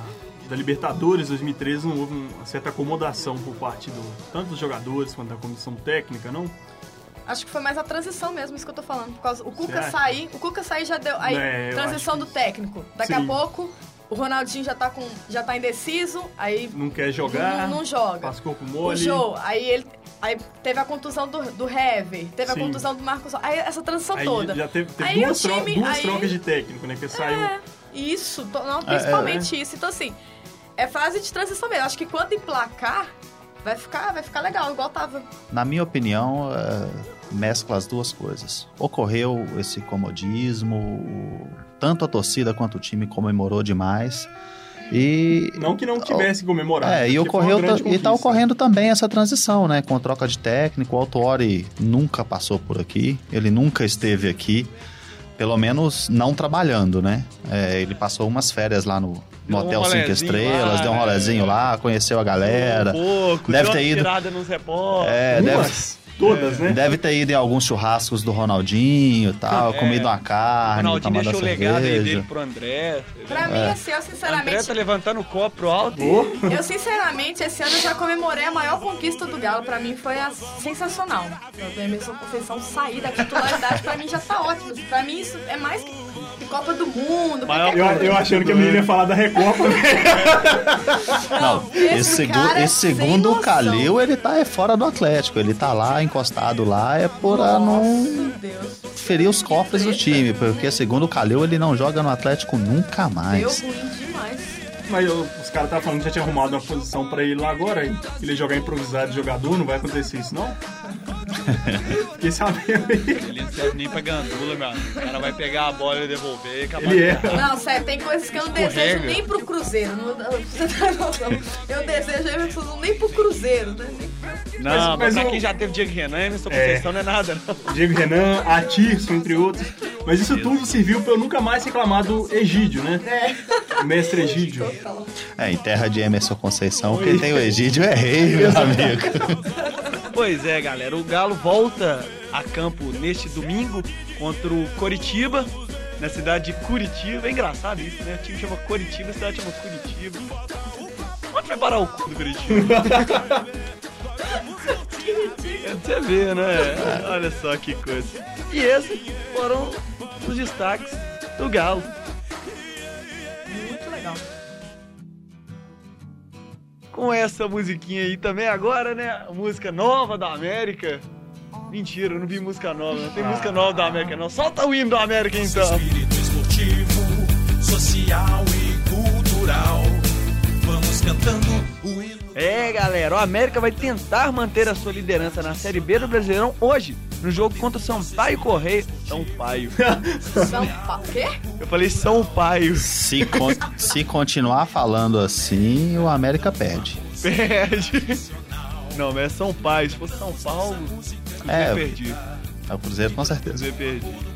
E: da Libertadores 2013 não houve um, uma certa acomodação por parte do, tanto dos jogadores quanto da comissão técnica, não?
F: Acho que foi mais a transição mesmo, isso que eu tô falando. Por causa, o Cuca
E: acha?
F: sair, o Cuca sair já deu. Aí,
E: É, eu
F: transição do técnico. Daqui a
E: Sim.
F: pouco, o Ronaldinho já tá com. já tá indeciso, aí
E: Não quer jogar,
F: não, não joga.
E: passa o corpo
F: O
E: mole.
F: Jô, aí ele. Aí teve a contusão do, do Hever, teve
E: Sim.
F: a contusão do Marcos. Sol- Aí essa transição
E: Aí
F: toda.
E: já teve, teve
F: Aí o
E: duas, tro-
F: time-
E: duas
F: aí- É.
E: trocas de técnico, né? Que saiu.
F: Isso, to- não,
H: É, é,
E: né?
F: principalmente isso. Então, assim, é fase de transição mesmo. Acho que quando emplacar, vai ficar, vai ficar legal, igual tava.
H: Na minha opinião, é, mescla as duas coisas. Ocorreu esse comodismo, o- tanto a torcida quanto o time comemorou demais. E
E: Não que não tivesse comemorado.
H: É, e
E: porque foi uma
H: ocorreu
E: grande
H: ta- e tá
E: conquista.
H: ocorrendo também essa transição, né? Com a troca de técnico, o Autori nunca passou por aqui, ele nunca esteve aqui, pelo menos não trabalhando, né? É, ele passou umas férias lá no,
C: Deu
H: no
C: um
H: Hotel 5
C: rolezinho
H: Estrelas,
C: lá,
H: deu um
C: né?
H: rolezinho lá, conheceu a galera.
C: Um pouco,
H: Deve
C: deu
H: ter
C: uma
H: ido.
C: tirada nos repórteres.
H: É, deve,
E: Umas, todas, né?
H: deve ter ido em alguns churrascos do Ronaldinho e tal,
C: É.
H: comido uma
C: o
H: carne,
C: Ronaldinho
H: tomado
C: deixou
H: uma
C: o legado aí dele
H: cerveja.
C: pro André.
F: Pra
E: É.
F: mim, assim, eu
C: O André
F: sinceramente.
C: tá levantando o copo pro alto.
F: Eu sinceramente, esse ano eu já comemorei a maior conquista do Galo. Pra mim foi a- sensacional. O Emerson Conceição sair da titularidade, pra mim já tá ótimo. Pra mim isso é mais que que Copa do Mundo. qualquer
E: Eu,
F: coisa.
E: eu achando que a menina ia falar da Recopa, né?
H: Não, esse,
F: esse
H: segu-
F: cara é
H: esse
F: sem
H: segundo o
F: noção.
H: Calil, ele tá é fora do Atlético. Ele tá lá, encostado lá, é por a não
F: Meu Deus.
H: ferir os cofres do time. Porque segundo o Calil, ele não joga no Atlético nunca
F: Deu
H: mais.
F: ruim demais.
E: Mas eu- os caras estavam falando que já tinha arrumado uma posição pra ele lá agora. hein? Que Ele ia jogar improvisado de jogador, não vai acontecer isso, não? é Fiquei sabendo aí.
C: Ele não serve nem pra gandula, meu amigo. O cara vai pegar a bola e devolver e acabar.
E: Ele é.
F: Não, sério, tem coisas que eu não desejo nem pro Cruzeiro. Não, não, você tá noção. Eu desejo Emerson nem pro Cruzeiro, né?
C: Não,
E: Mas-
C: mas,
E: mas o-
C: aqui já teve Diego Renan, Emerson Conceição não é nada, não.
E: Diego Renan, Atirso, entre outros. Mas isso tudo serviu pra eu nunca mais reclamar do Egídio, né? É. Mestre Egídio.
H: É, em terra de Emerson Conceição, quem tem o Egídio é rei, meu amigo.
C: Pois é, galera. O Galo volta a campo neste domingo contra o Coritiba, na cidade de Curitiba. É engraçado isso, né? O time chama Coritiba, a cidade chama Curitiba. Onde vai parar o cu do Curitiba? É pra você ver, né? Olha só que coisa. E esses foram os destaques do Galo.
F: Muito legal.
C: com essa musiquinha aí também agora, né? Música nova da América. Mentira, eu não vi música nova, não tem música nova da América não. Solta o hino da América então.
K: espírito esportivo, social e cultural. Vamos cantando o hino.
C: É, galera, o América vai tentar manter a sua liderança na Série B do Brasileirão hoje, no jogo contra o Sampaio Correia. Sampaio.
F: São Paulo. Então, Quê?
C: Eu falei Sampaio.
H: Se, con- se continuar falando assim, o América perde.
C: Perde. Não, mas é Sampaio. Se fosse São Paulo, eu
H: É.
C: perdi.
H: É o Cruzeiro com certeza.
C: Cruzeiro perdi.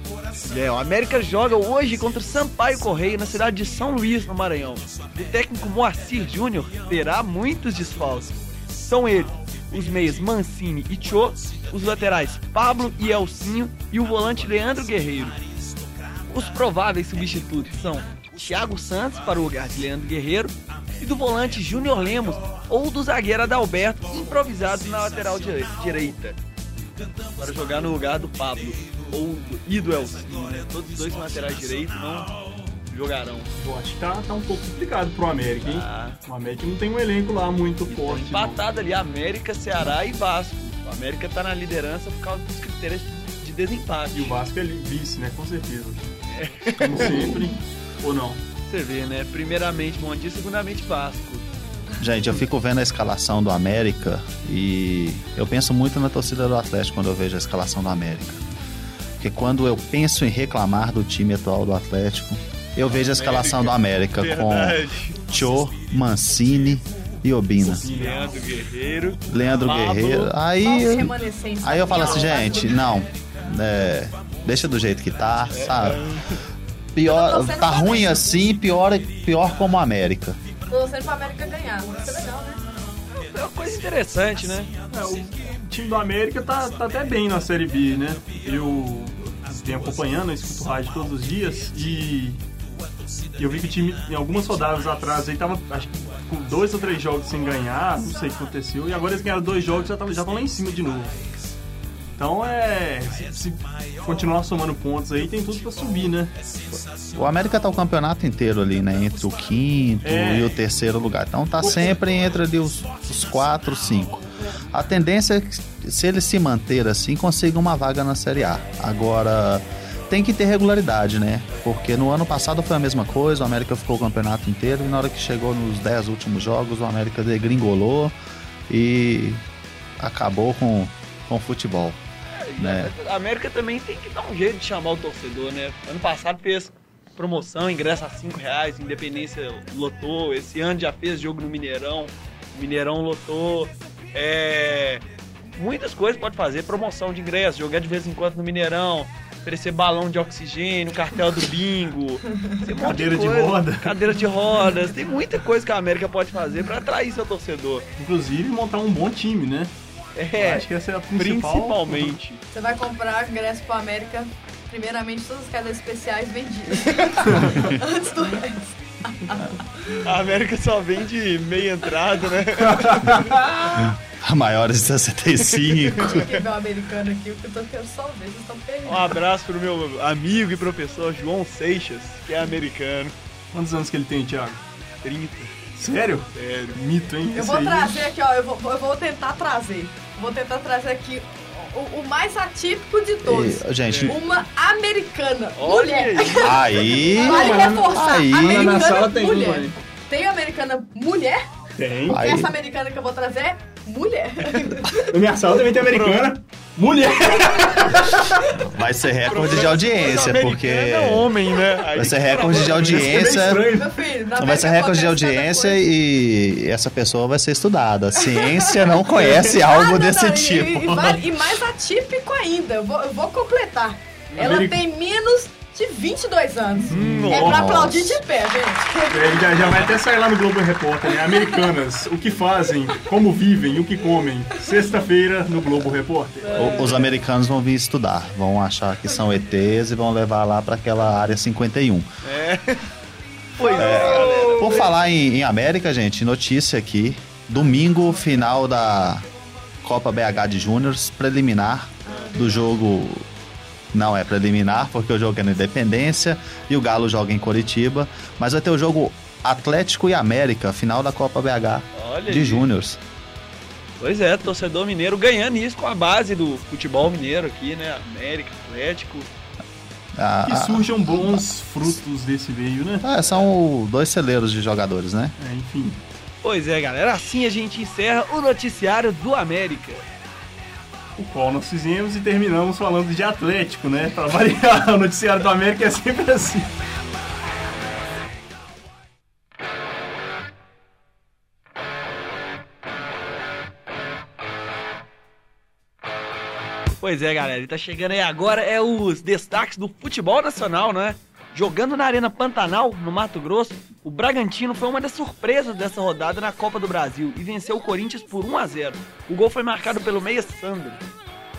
C: É, o América joga hoje contra o Sampaio Correia na cidade de São Luís, no Maranhão. O técnico Moacir Júnior terá muitos desfalques. São eles os meias Mancini e Cho, os laterais Pablo e Elcinho e o volante Leandro Guerreiro. Os prováveis substitutos são Thiago Santos para o lugar de Leandro Guerreiro, e do volante Júnior Lemos ou do zagueiro Adalberto improvisados na lateral dire- direita para jogar no lugar do Pablo ou do, e do Elcinho, né? Todos os dois são laterais direitos, não jogarão.
E: Eu acho que tá, tá um pouco complicado pro América, hein?
C: Tá.
E: O América não tem um elenco lá muito
C: Tá
E: forte. não.
C: empatado ali América, Ceará e Vasco. O América tá na liderança por causa dos critérios de desempate.
E: E o Vasco é li- vice, né? Com certeza. Como sempre. Ou não?
C: Você vê, né? Primeiramente Mondi, segundamente Vasco.
H: Gente, eu fico vendo a escalação do América e eu penso muito na torcida do Atlético quando eu vejo a escalação do América. Porque quando eu penso em reclamar do time atual do Atlético, eu vejo a escalação do América com Tio, Mancini e Obina.
C: Leandro Guerreiro.
H: Leandro
C: Pablo.
H: Guerreiro. Aí,
F: Só os remanescentes.
H: aí eu falo assim,
F: Não,
H: gente, não. é, deixa do jeito que tá, sabe?
C: É.
F: Eu tô
H: Pior,
F: torcendo
H: tá
F: pra
H: ruim
F: América.
H: assim, pior, pior como a América.
F: Tô torcendo pra América ganhar. Isso é legal, né?
C: É uma coisa interessante, né?
E: É, o time do América tá, tá até bem na Série B, né? Eu venho acompanhando, eu escuto rádio todos os dias e eu vi que o time, em algumas rodadas atrás, aí tava acho, que com dois ou três jogos sem ganhar, não sei o que aconteceu, e agora eles ganharam dois jogos e já estão já tão lá em cima de novo. Então é. Se, se continuar somando pontos aí, tem tudo pra subir, né?
H: O América tá o campeonato inteiro ali, né? Entre o quinto
E: É.
H: e o terceiro lugar. Então tá sempre entre ali os, os quatro, cinco. A tendência é que, se ele se manter assim, consiga uma vaga na Série A. Agora, tem que ter regularidade, né? Porque no ano passado foi a mesma coisa, o América ficou o campeonato inteiro e na hora que chegou nos dez últimos jogos, o América degringolou e acabou com, com o futebol. Né?
C: A América também tem que dar um jeito de chamar o torcedor, né? Ano passado fez promoção, ingresso a 5 reais, Independência lotou. Esse ano já fez jogo no Mineirão, Mineirão lotou. É... Muitas coisas pode fazer, promoção de ingresso, jogar de vez em quando no Mineirão, oferecer balão de oxigênio, cartel do bingo, tem um monte
E: Cadeira de
C: coisa.
E: roda.
C: Cadeira de rodas, tem muita coisa que a América pode fazer pra atrair seu torcedor.
E: Inclusive montar um bom time, né? Eu
C: É,
E: acho que essa é a principal.
C: principalmente.
F: Você vai comprar ingresso pra América, primeiramente todas as casas especiais vendidas. Antes do resto.
C: A América só vende meia entrada, né?
H: A maior é 65.
F: Quem vê o americano aqui, o que eu tô querendo só ver, vocês estão
C: Um
F: perdendo.
C: abraço pro meu amigo e professor João Seixas, que é americano,
E: Quantos anos que ele tem, Thiago?
C: 30.
E: Sério? Sério. Mito, hein?
F: Eu
E: Esse
F: vou
E: aí-
F: trazer aqui, ó, eu vou, eu vou tentar trazer. Vou tentar trazer aqui o, o mais atípico de todos.
H: E, gente,
F: Uma americana.
C: Olha
F: mulher.
C: aí.
H: Aí.
F: Vale reforçar.
H: Aí.
F: americana
E: Na sala tem
F: mulher.
E: uma aí.
F: Tem americana mulher?
E: Tem.
H: Aí.
F: Essa americana que eu vou trazer é mulher.
E: Na minha sala também tem americana. Mulher!
H: Vai ser recorde de audiência, porque.
C: Americano é homem, é né? Aí,
H: Vai ser recorde de
E: É
H: audiência.
E: né?
F: Meu filho, na
H: Vai ser
F: América
H: recorde
F: acontece
H: de
F: cada
H: audiência
F: coisa.
H: e essa pessoa vai ser estudada. A ciência não conhece algo
F: Ah, não,
H: desse
F: não, e-
H: tipo.
F: E, vale- e mais atípico ainda, eu vou, eu vou completar. Ela
E: Ameri-
F: tem menos de 22 anos.
H: Hum,
F: É pra aplaudir de pé, gente.
E: Ele já, já vai até sair lá no Globo Repórter, né? Americanas, o que fazem, como vivem, o que comem. Sexta-feira no Globo Repórter.
H: O- Os americanos vão vir estudar, vão achar que são ETs e vão levar lá pra aquela área 51.
C: É. Pois
H: é. Por falar em, em América, gente, notícia aqui. Domingo, final da Copa BH de Júniors, preliminar do jogo. Não é preliminar, porque o jogo é na Independência e o Galo joga em Curitiba. Mas vai ter o jogo Atlético e América, final da Copa BH
C: Olha
H: de
C: aí.
H: Júniors.
C: Pois é, torcedor mineiro ganhando isso com a base do futebol mineiro aqui, né? América, Atlético.
H: Ah,
E: Que surjam bons frutos desse meio, né?
H: ah, são dois celeiros de jogadores, né?
E: É, enfim.
C: Pois é, galera, assim a gente encerra o noticiário do América.
E: O qual nós fizemos e terminamos falando de Atlético, né? Pra variar, o noticiário do América é sempre assim.
C: Pois é, galera, e tá chegando aí agora é os destaques do futebol nacional, né? Jogando na Arena Pantanal, no Mato Grosso, o Bragantino foi uma das surpresas dessa rodada um na Copa do Brasil e venceu o Corinthians por 1 a 0. O gol foi marcado pelo meia Sandro.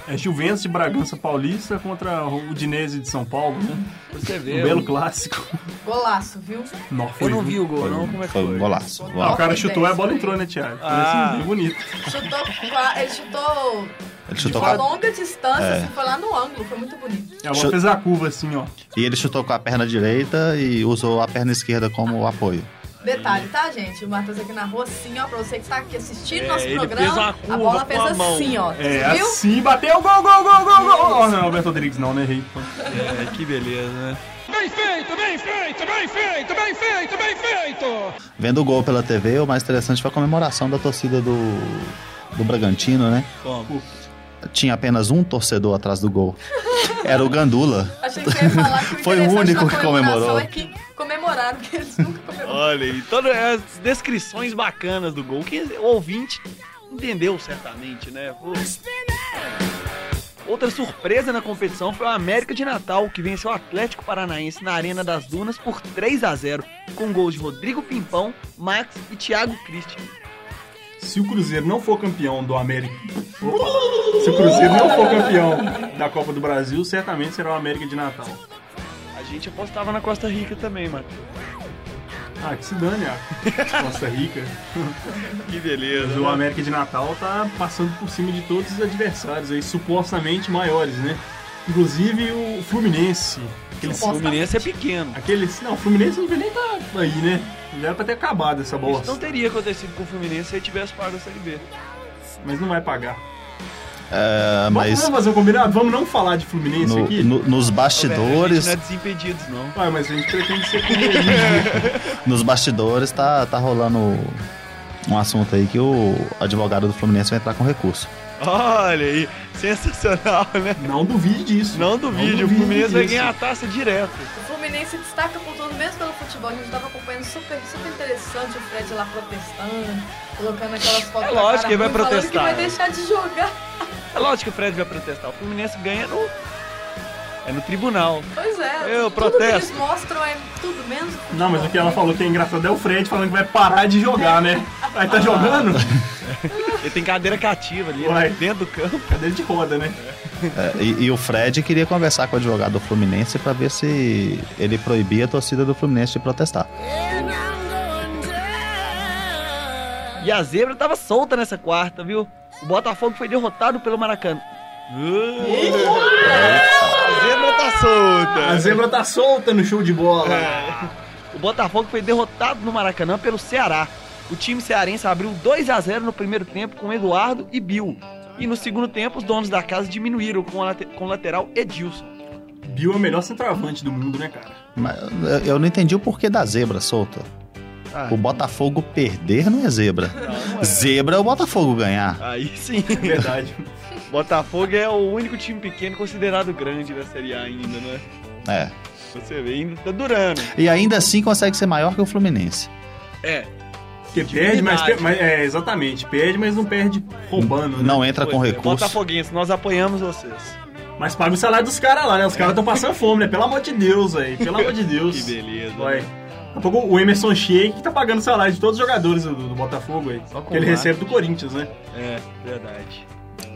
E: É Juventus de Bragança Paulista contra o Udinese de São Paulo, né?
C: Pra você
E: Um
C: ver.
E: belo clássico.
F: Golaço, viu?
E: Nossa,
C: Eu
E: foi. né?
C: não vi o gol, não. Como é que
H: Foi um
C: foi?
H: golaço.
F: Foi.
E: Ah,
H: Ó,
E: o cara chutou e a bola entrou, né, Thiago? Foi
C: Ah.
E: assim, bonito.
F: Chutou, qua- ele chutou
H: Ele
F: de
H: chutou com
F: uma
H: a, É.
F: longa distância, assim, foi lá no ângulo, foi muito bonito.
E: A bola
H: Chu-
E: fez a curva assim, ó.
H: e ele chutou com a perna direita e usou a perna esquerda como apoio.
F: Detalhe, tá, gente? O Matheus aqui na rua, assim, ó, pra você que tá aqui assistindo
C: É,
F: nosso
C: ele fez uma
F: programa,
C: curva
F: a bola
C: com
F: fez
C: a mão.
F: assim, ó.
E: É,
F: viu?
E: assim, bateu, gol, gol, gol, gol, gol. Oh, não, Alberto Rodrigues não, né? Errei.
C: É, que beleza, né?
H: Vendo o gol pela TV, o mais interessante foi a comemoração da torcida do, do Bragantino, né?
C: Como?
H: Tinha apenas um torcedor atrás do gol. Era o Gandula.
F: Achei que você ia falar que
H: Foi o
F: interessante
H: único
F: da
H: que
F: comemoração
H: comemorou.
F: É que comemoraram, porque eles nunca comemoraram.
C: Olha aí, todas as descrições bacanas do gol, que o ouvinte entendeu certamente, né? Pô. Outra surpresa na competição foi o América de Natal, que venceu o Atlético Paranaense na Arena das Dunas por 3 a 0 com gols de Rodrigo Pimpão, Max e Thiago Christian.
E: Se o Cruzeiro não for campeão do América. Opa! Se o Cruzeiro não for campeão da Copa do Brasil, certamente será o América de Natal.
C: A gente apostava na Costa Rica também, Matheus.
E: Ah, que se dane, ah. Costa Rica.
C: Que beleza. né?
E: Mas o América de Natal tá passando por cima de todos os adversários aí, supostamente maiores, né? Inclusive o Fluminense. Aquele,
C: O Fluminense é pequeno.
E: aquele, não, o Fluminense não devia nem tá aí, né? Já era pra ter acabado essa
C: Isso não
E: bosta.
C: teria acontecido com o Fluminense se ele tivesse pago a Série B.
E: Mas não vai pagar.
H: É,
E: Vamos,
H: mas
E: vamos fazer um combinado? Vamos não falar de Fluminense
H: no-
E: aqui?
H: no- nos bastidores,
C: Não é desimpedidos, não.
E: Ah, mas a gente pretende ser né? comunista.
H: nos bastidores tá, tá rolando um assunto aí que o advogado do Fluminense vai entrar com recurso.
C: Olha aí, sensacional, né?
E: Não duvide disso.
C: Não duvide, o
E: duvide
C: Fluminense vai
E: disso.
C: ganhar a taça direto.
F: O Fluminense destaca por tudo, mesmo pelo futebol. A gente tava acompanhando super, super interessante o Fred lá protestando, colocando aquelas fotos. na
C: É lógico
F: cara
C: que ele vai
F: ruim, falando
C: protestar,
F: que
C: né?
F: vai deixar de jogar.
C: É lógico que o Fred vai protestar. O Fluminense ganha no. É no tribunal.
F: Pois é.
C: Eu
F: tudo
C: protesto.
F: que eles mostram é tudo menos. futebol.
E: Não, mas o que ela falou que é engraçado é o Fred falando que vai parar de jogar, né? Aí
C: Ah.
E: tá jogando?
C: Ele tem cadeira cativa ali,
E: Uai.
C: né? dentro do campo.
E: Cadeira de roda, né?
H: É, e, e o Fred queria conversar com o advogado do Fluminense pra ver se ele proibia a torcida do Fluminense de protestar.
C: E a zebra tava solta nessa quarta, viu? O Botafogo foi derrotado pelo Maracanã. a zebra tá
E: A
C: solta.
E: zebra tá solta no show de bola.
C: É. O Botafogo foi derrotado no Maracanã pelo Ceará. O time cearense abriu 2 a 0 no primeiro tempo com Eduardo e Bill. E no segundo tempo, os donos da casa diminuíram com, a late- com o lateral Edilson.
E: Bill é o melhor centroavante do mundo, né, cara?
H: Mas eu- eu não entendi o porquê da zebra solta.
C: Ah.
H: O Botafogo perder não é zebra. Zebra é o Botafogo ganhar.
C: Aí sim.
E: É verdade.
C: Botafogo é o único time pequeno considerado grande na Série A ainda, né?
H: É.
C: Você vê, ainda tá durando.
H: E ainda assim consegue ser maior que o Fluminense.
C: É,
E: Porque perde, mas, per- mas- É, exatamente. Perde, mas não perde roubando, né?
H: Não entra Tá com recurso.
C: é, Botafoguense, nós apoiamos vocês.
E: Mas paga o salário dos caras lá, né? Os caras estão passando fome, né? Pelo amor de Deus, aí. Pelo amor de Deus.
C: Que beleza. né?
E: Vai. Daqui a pouco o Emerson Sheik que tá pagando o salário de todos os jogadores do, do Botafogo aí.
C: Só com
E: que ele
C: o
E: recebe do Corinthians, né?
C: É, verdade.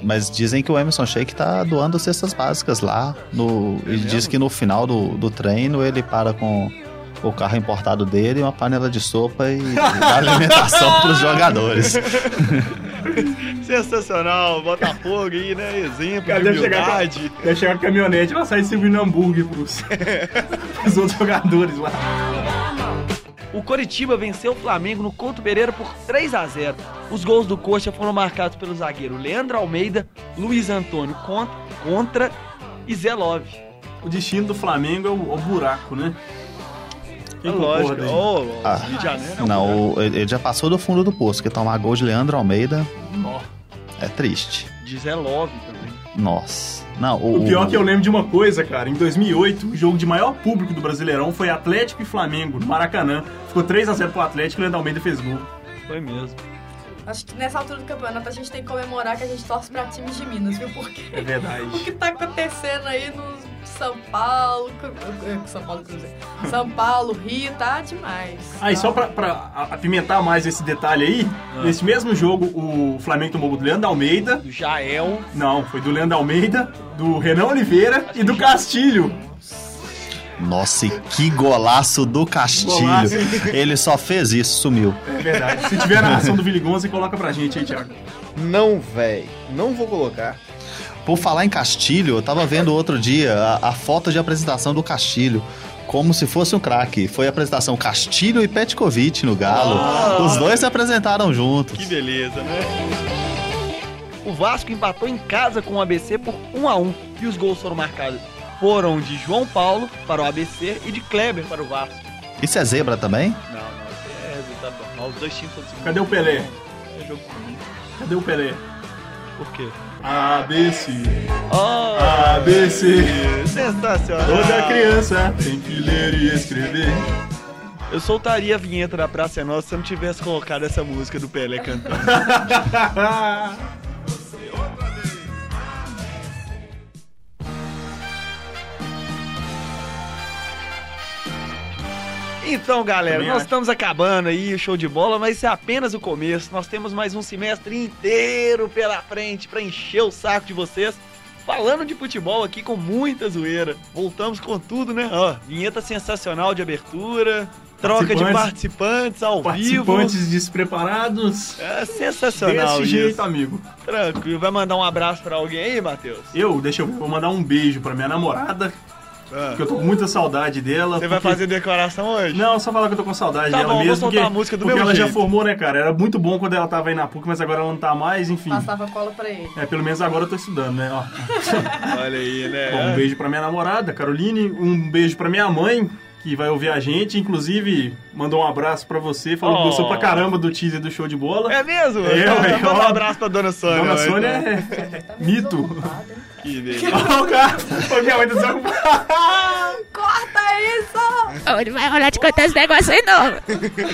H: Mas dizem que o Emerson Sheik tá doando cestas básicas lá. No, ele diz que no final do, do treino ele para com o carro importado dele, uma panela de sopa e dá alimentação pros jogadores.
C: Sensacional, Botafogo aí, né? Exemplo
E: Cara,
C: de
E: deve chegar-
C: humildade.
E: Deve chegar a caminhonete e vai sair servindo hambúrguer pros, pros outros jogadores lá.
C: O Coritiba venceu o Flamengo no Couto Pereira por 3 a 0 Os gols do Coxa foram marcados pelo zagueiro Leandro Almeida, Luiz Antônio Con- contra e Zé Love.
E: O destino do Flamengo é o, o buraco, né?
C: É
E: Quem é concorda aí?
C: Ô, ô,
H: Ah.
C: Rio de Janeiro.
H: Não, o- ele ele já passou do fundo do poço, que tomar gol de Leandro Almeida
E: Nó.
H: é triste.
C: De Zé Love também.
H: Nossa. Não, o,
E: O pior é que eu lembro de uma coisa, cara. Em 2008, o jogo de maior público do Brasileirão foi Atlético e Flamengo, no Maracanã. Ficou 3x0 pro Atlético e o Leandro Almeida fez gol.
C: Foi mesmo.
F: Acho que nessa altura do campeonato a gente tem que comemorar que a gente torce pra times de Minas, viu? Porque
E: É
F: o
E: verdade.
F: que tá acontecendo aí nos São Paulo, Cru- São Paulo Cruzeiro. São Paulo, Rio, tá demais.
E: Ah, e só
F: Tá.
E: pra, pra a- apimentar mais esse detalhe aí,
C: Ah.
E: nesse mesmo jogo o Flamengo tomou gol do Leandro Almeida.
C: Do Jael.
E: Não, foi do Leandro Almeida, do Renan Oliveira e do Castilho.
H: Nossa, e que golaço do Castilho.
E: Golaço.
H: Ele só fez isso, sumiu.
E: É verdade. Se tiver na ação do Vili Gonza, coloca pra gente aí, Thiago.
J: Não, véi. Não vou colocar.
H: Por falar em Castilho, eu tava vendo outro dia a, a foto de apresentação do Castilho. Como se fosse um craque. Foi a apresentação Castilho e Petkovic no Galo.
E: Ah.
H: Os dois se apresentaram juntos.
J: Que beleza, né?
C: O Vasco empatou em casa com o ABC por 1 a 1 e os gols foram marcados. Foram de João Paulo para o ABC e de Kleber para o Vasco.
H: Isso é zebra também?
C: Não, não, é resultado normal. Os dois times estão segundo.
E: Cadê o Pelé?
C: É jogo ruim.
E: Cadê o Pelé?
C: Por quê?
E: ABC, Ah.
C: Oh,
E: ABC.
C: sensacional.
E: Toda criança tem que ler e escrever.
C: Eu soltaria a vinheta da Praça é Nossa se eu não tivesse colocado essa música do Pelé cantando. Então, galera,
E: Também
C: nós
E: acho.
C: estamos acabando aí o show de bola, mas isso é apenas o começo. Nós temos mais um semestre inteiro pela frente para encher o saco de vocês. Falando de futebol aqui com muita zoeira. Voltamos com tudo, né? Ó, vinheta sensacional de abertura, troca de participantes ao vivo.
E: Participantes despreparados.
C: É sensacional
E: Desse
C: isso.
E: jeito, amigo.
C: Tranquilo. Vai mandar um abraço pra alguém aí, Matheus?
E: Eu, deixa eu vou mandar um beijo pra minha namorada, que eu tô com muita saudade dela.
C: Ah. Você vai
E: porque-
C: fazer declaração hoje?
E: Não, só falar que eu tô com saudade
C: Tá
E: dela
C: bom, vou
E: mesmo.
C: soltar
E: porque,
C: a música do
E: porque
C: mesmo
E: ela já
C: jeito.
E: formou, né, cara? Era muito bom quando ela tava aí na PUC, mas agora ela não tá mais, enfim.
F: Passava cola pra ele.
E: É, pelo menos agora eu tô estudando, né? Ó.
C: Olha aí, né?
E: Bom, um beijo pra minha namorada, Caroline. Um beijo pra minha mãe, que vai ouvir a gente. Inclusive, mandou um abraço pra você. Falou
C: Oh.
E: que gostou pra caramba do teaser do show de bola.
C: É mesmo?
E: É,
C: Então,
E: velho,
C: Manda um
E: ó.
C: abraço pra Dona Sônia.
E: Dona
C: ó, então.
E: Sônia é mito.
C: Que beleza.
E: Ô, cara, ô, minha mãe tá desocupada.
F: Corta isso!
B: Ô, Ele vai olhar de contar esse negócio aí, não.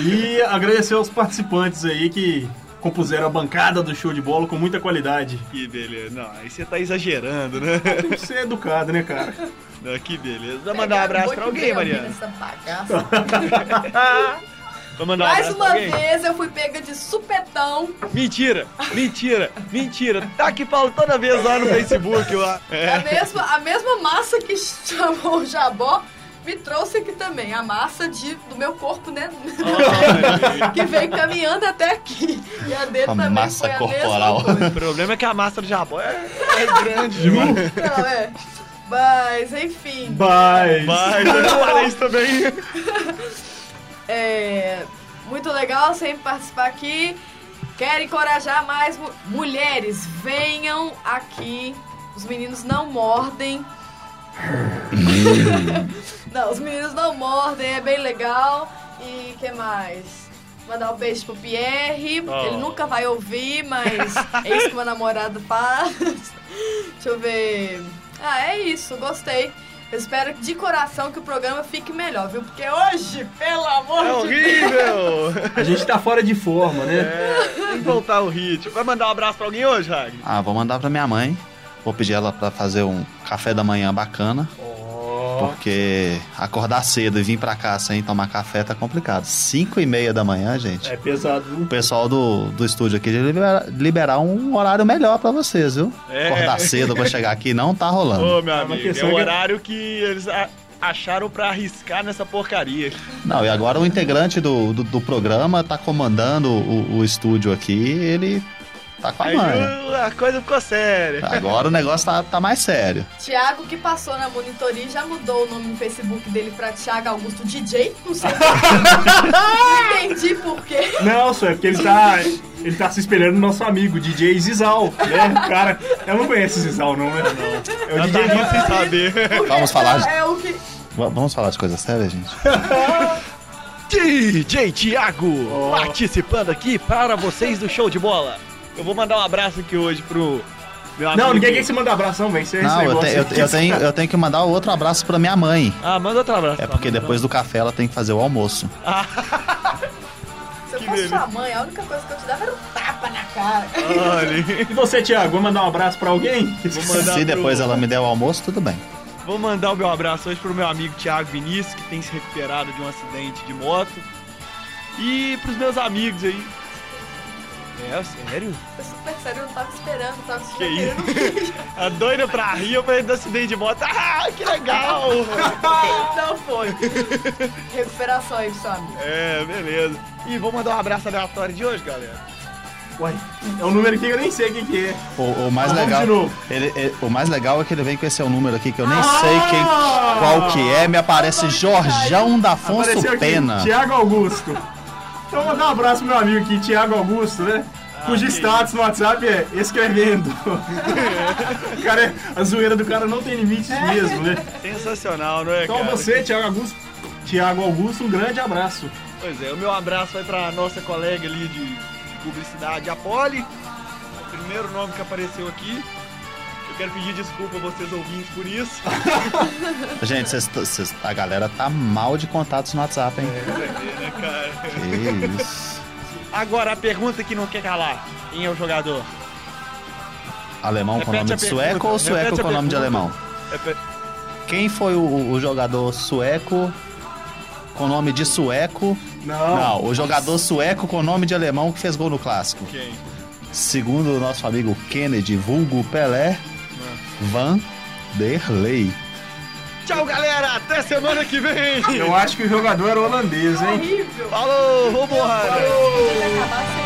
E: E agradecer aos participantes aí que compuseram a bancada do show de bola com muita qualidade.
C: Que beleza. Não, aí você tá exagerando, né?
E: Tem que ser educado, né, cara?
C: Não, que beleza. Vai mandar um abraço pra alguém, Mariana.
F: Essa bagaça.
C: Vai mandar um
F: Mais
C: abraço pra
F: uma
C: alguém?
F: vez eu fui pega de supetão.
C: Mentira, mentira, mentira. Tá que falo toda vez lá no Facebook lá. É,
F: A, mesma, a mesma massa que chamou o Jabó me trouxe aqui também. A massa de, do meu corpo, né? que veio caminhando até aqui. E a dele
H: A
F: também
H: massa
F: foi a
H: corporal.
F: mesma
C: O problema é que a massa do Jabó é...
F: coisa. Não, é. Mas, enfim.
E: Mas...
C: Vai, eu falei isso também.
F: É muito legal sempre participar aqui. Quero encorajar mais mu- mulheres, venham aqui. Os meninos não mordem. não, os meninos não mordem, é bem legal. E que mais? Mandar um beijo pro Pierre,
C: Oh.
F: ele nunca vai ouvir, mas é isso que meu namorado faz. Deixa eu ver. Ah, é isso, gostei. Eu espero de coração que o programa fique melhor, viu? Porque hoje, pelo amor
C: É
F: de Deus.
C: horrível.
E: A gente tá fora de forma, né?
C: Tem que voltar o ritmo. Vai mandar um abraço pra alguém hoje, Ragnar?
H: Ah, vou mandar pra minha mãe. Vou pedir ela pra fazer um café da manhã bacana. Porque acordar cedo e vir pra cá sem tomar café tá complicado. 5 e meia da manhã, gente.
E: É pesado, viu?
H: O pessoal do, do estúdio aqui de libera- liberar um horário melhor pra vocês, viu?
C: É.
H: Acordar cedo pra chegar aqui não tá rolando.
C: Ô, meu
E: uma
C: amigo, é
E: questão
C: o
E: que-
C: horário que eles a- acharam pra arriscar nessa porcaria.
H: Não, e agora o integrante do, do, do programa tá comandando o, o estúdio aqui, ele tá com a
C: Aí
H: manha.
C: uh, a coisa ficou séria.
H: Agora o negócio tá, tá mais sério.
F: Tiago, que passou na monitoria, já mudou o nome no Facebook dele pra Tiago Augusto DJ. Não sei. Não entendi por quê.
E: Não, só é porque ele tá... Ele tá se espelhando no nosso amigo, DJ Zizal, né? Cara, eu não conheço o Zizal, não, né? Não. É o DJ
C: Tá sem saber.
F: Porque
H: Vamos falar-
F: É o que.
H: V- vamos falar de coisa séria, gente?
C: DJ Thiago, participando aqui para vocês do show de bola. Eu vou mandar um abraço aqui hoje pro meu amigo.
E: Não, ninguém quer que se manda abração, velho. Isso é esse
H: Não, eu,
E: negócio.
H: te- eu,
E: aqui.
H: eu tenho, eu tenho que mandar outro abraço pra minha mãe.
C: Ah, manda outro abraço.
H: É porque depois do café ela tem que fazer o almoço.
F: Se eu fosse sua mãe, a única coisa que eu te dava era um tapa na cara.
C: Olha,
E: E você, Thiago, vai mandar um abraço pra alguém?
C: mandar
H: Se
C: pro-
H: depois ela me der o almoço, tudo bem.
C: vou Vou mandar o meu abraço hoje pro meu amigo Thiago Vinícius, que tem se recuperado de um acidente de moto. E pros meus amigos aí. É, sério?
F: Foi super sério, eu não tava esperando, eu tava super
C: Que isso?
F: querendo.
C: A doida pra rir, eu falei do acidente de moto. Ah, que legal!
F: Não foi. Recuperação aí, seu amigo.
C: É, beleza. E vou mandar um abraço aleatório de hoje, galera.
E: Uai, é um número aqui que eu nem sei o que que é.
H: O, o mais
E: Vamos
H: legal.
E: de novo.
H: ele- ele- o mais legal é que ele vem com esse número aqui que eu nem sei quem, qual que é. Me aparece Jorjão da Afonso
E: Apareceu aqui,
H: Pena.
E: Tiago Augusto. Então, mandar um abraço pro meu amigo aqui, Tiago Augusto, né? Cujo status no WhatsApp é escrevendo. O cara, é- a zoeira do cara não tem limites mesmo, né?
C: Sensacional, não é,
E: Então,
C: cara?
E: você, Tiago Augusto, Tiago Augusto, um grande abraço.
C: Pois é, o meu abraço vai pra nossa colega ali de, de publicidade, a Polly. O primeiro nome que apareceu aqui. Eu quero pedir desculpa a vocês ouvintes por isso.
H: Gente, vocês t- vocês- a galera tá mal de contatos no WhatsApp, hein?
C: né, cara?
H: Que isso.
C: Agora, a pergunta que não quer calar. Quem é o jogador?
H: Alemão com
C: Repete
H: nome
C: a
H: de
C: pergunta,
H: sueco ou
C: repete
H: sueco
C: a
H: com nome de
C: pergunta.
H: alemão?
C: É pe-
H: Quem foi o, o jogador sueco com nome de sueco?
E: Não.
H: Não, o jogador sueco com nome de alemão que fez gol no clássico.
C: Quem?
H: Segundo o nosso amigo Kennedy, vulgo Pelé, Vanderlei.
C: Tchau, galera! Até semana que vem!
E: Eu acho que o jogador era é holandês, hein?
F: Horrível.
C: Falou, vamos embora!
F: Ele acabar sendo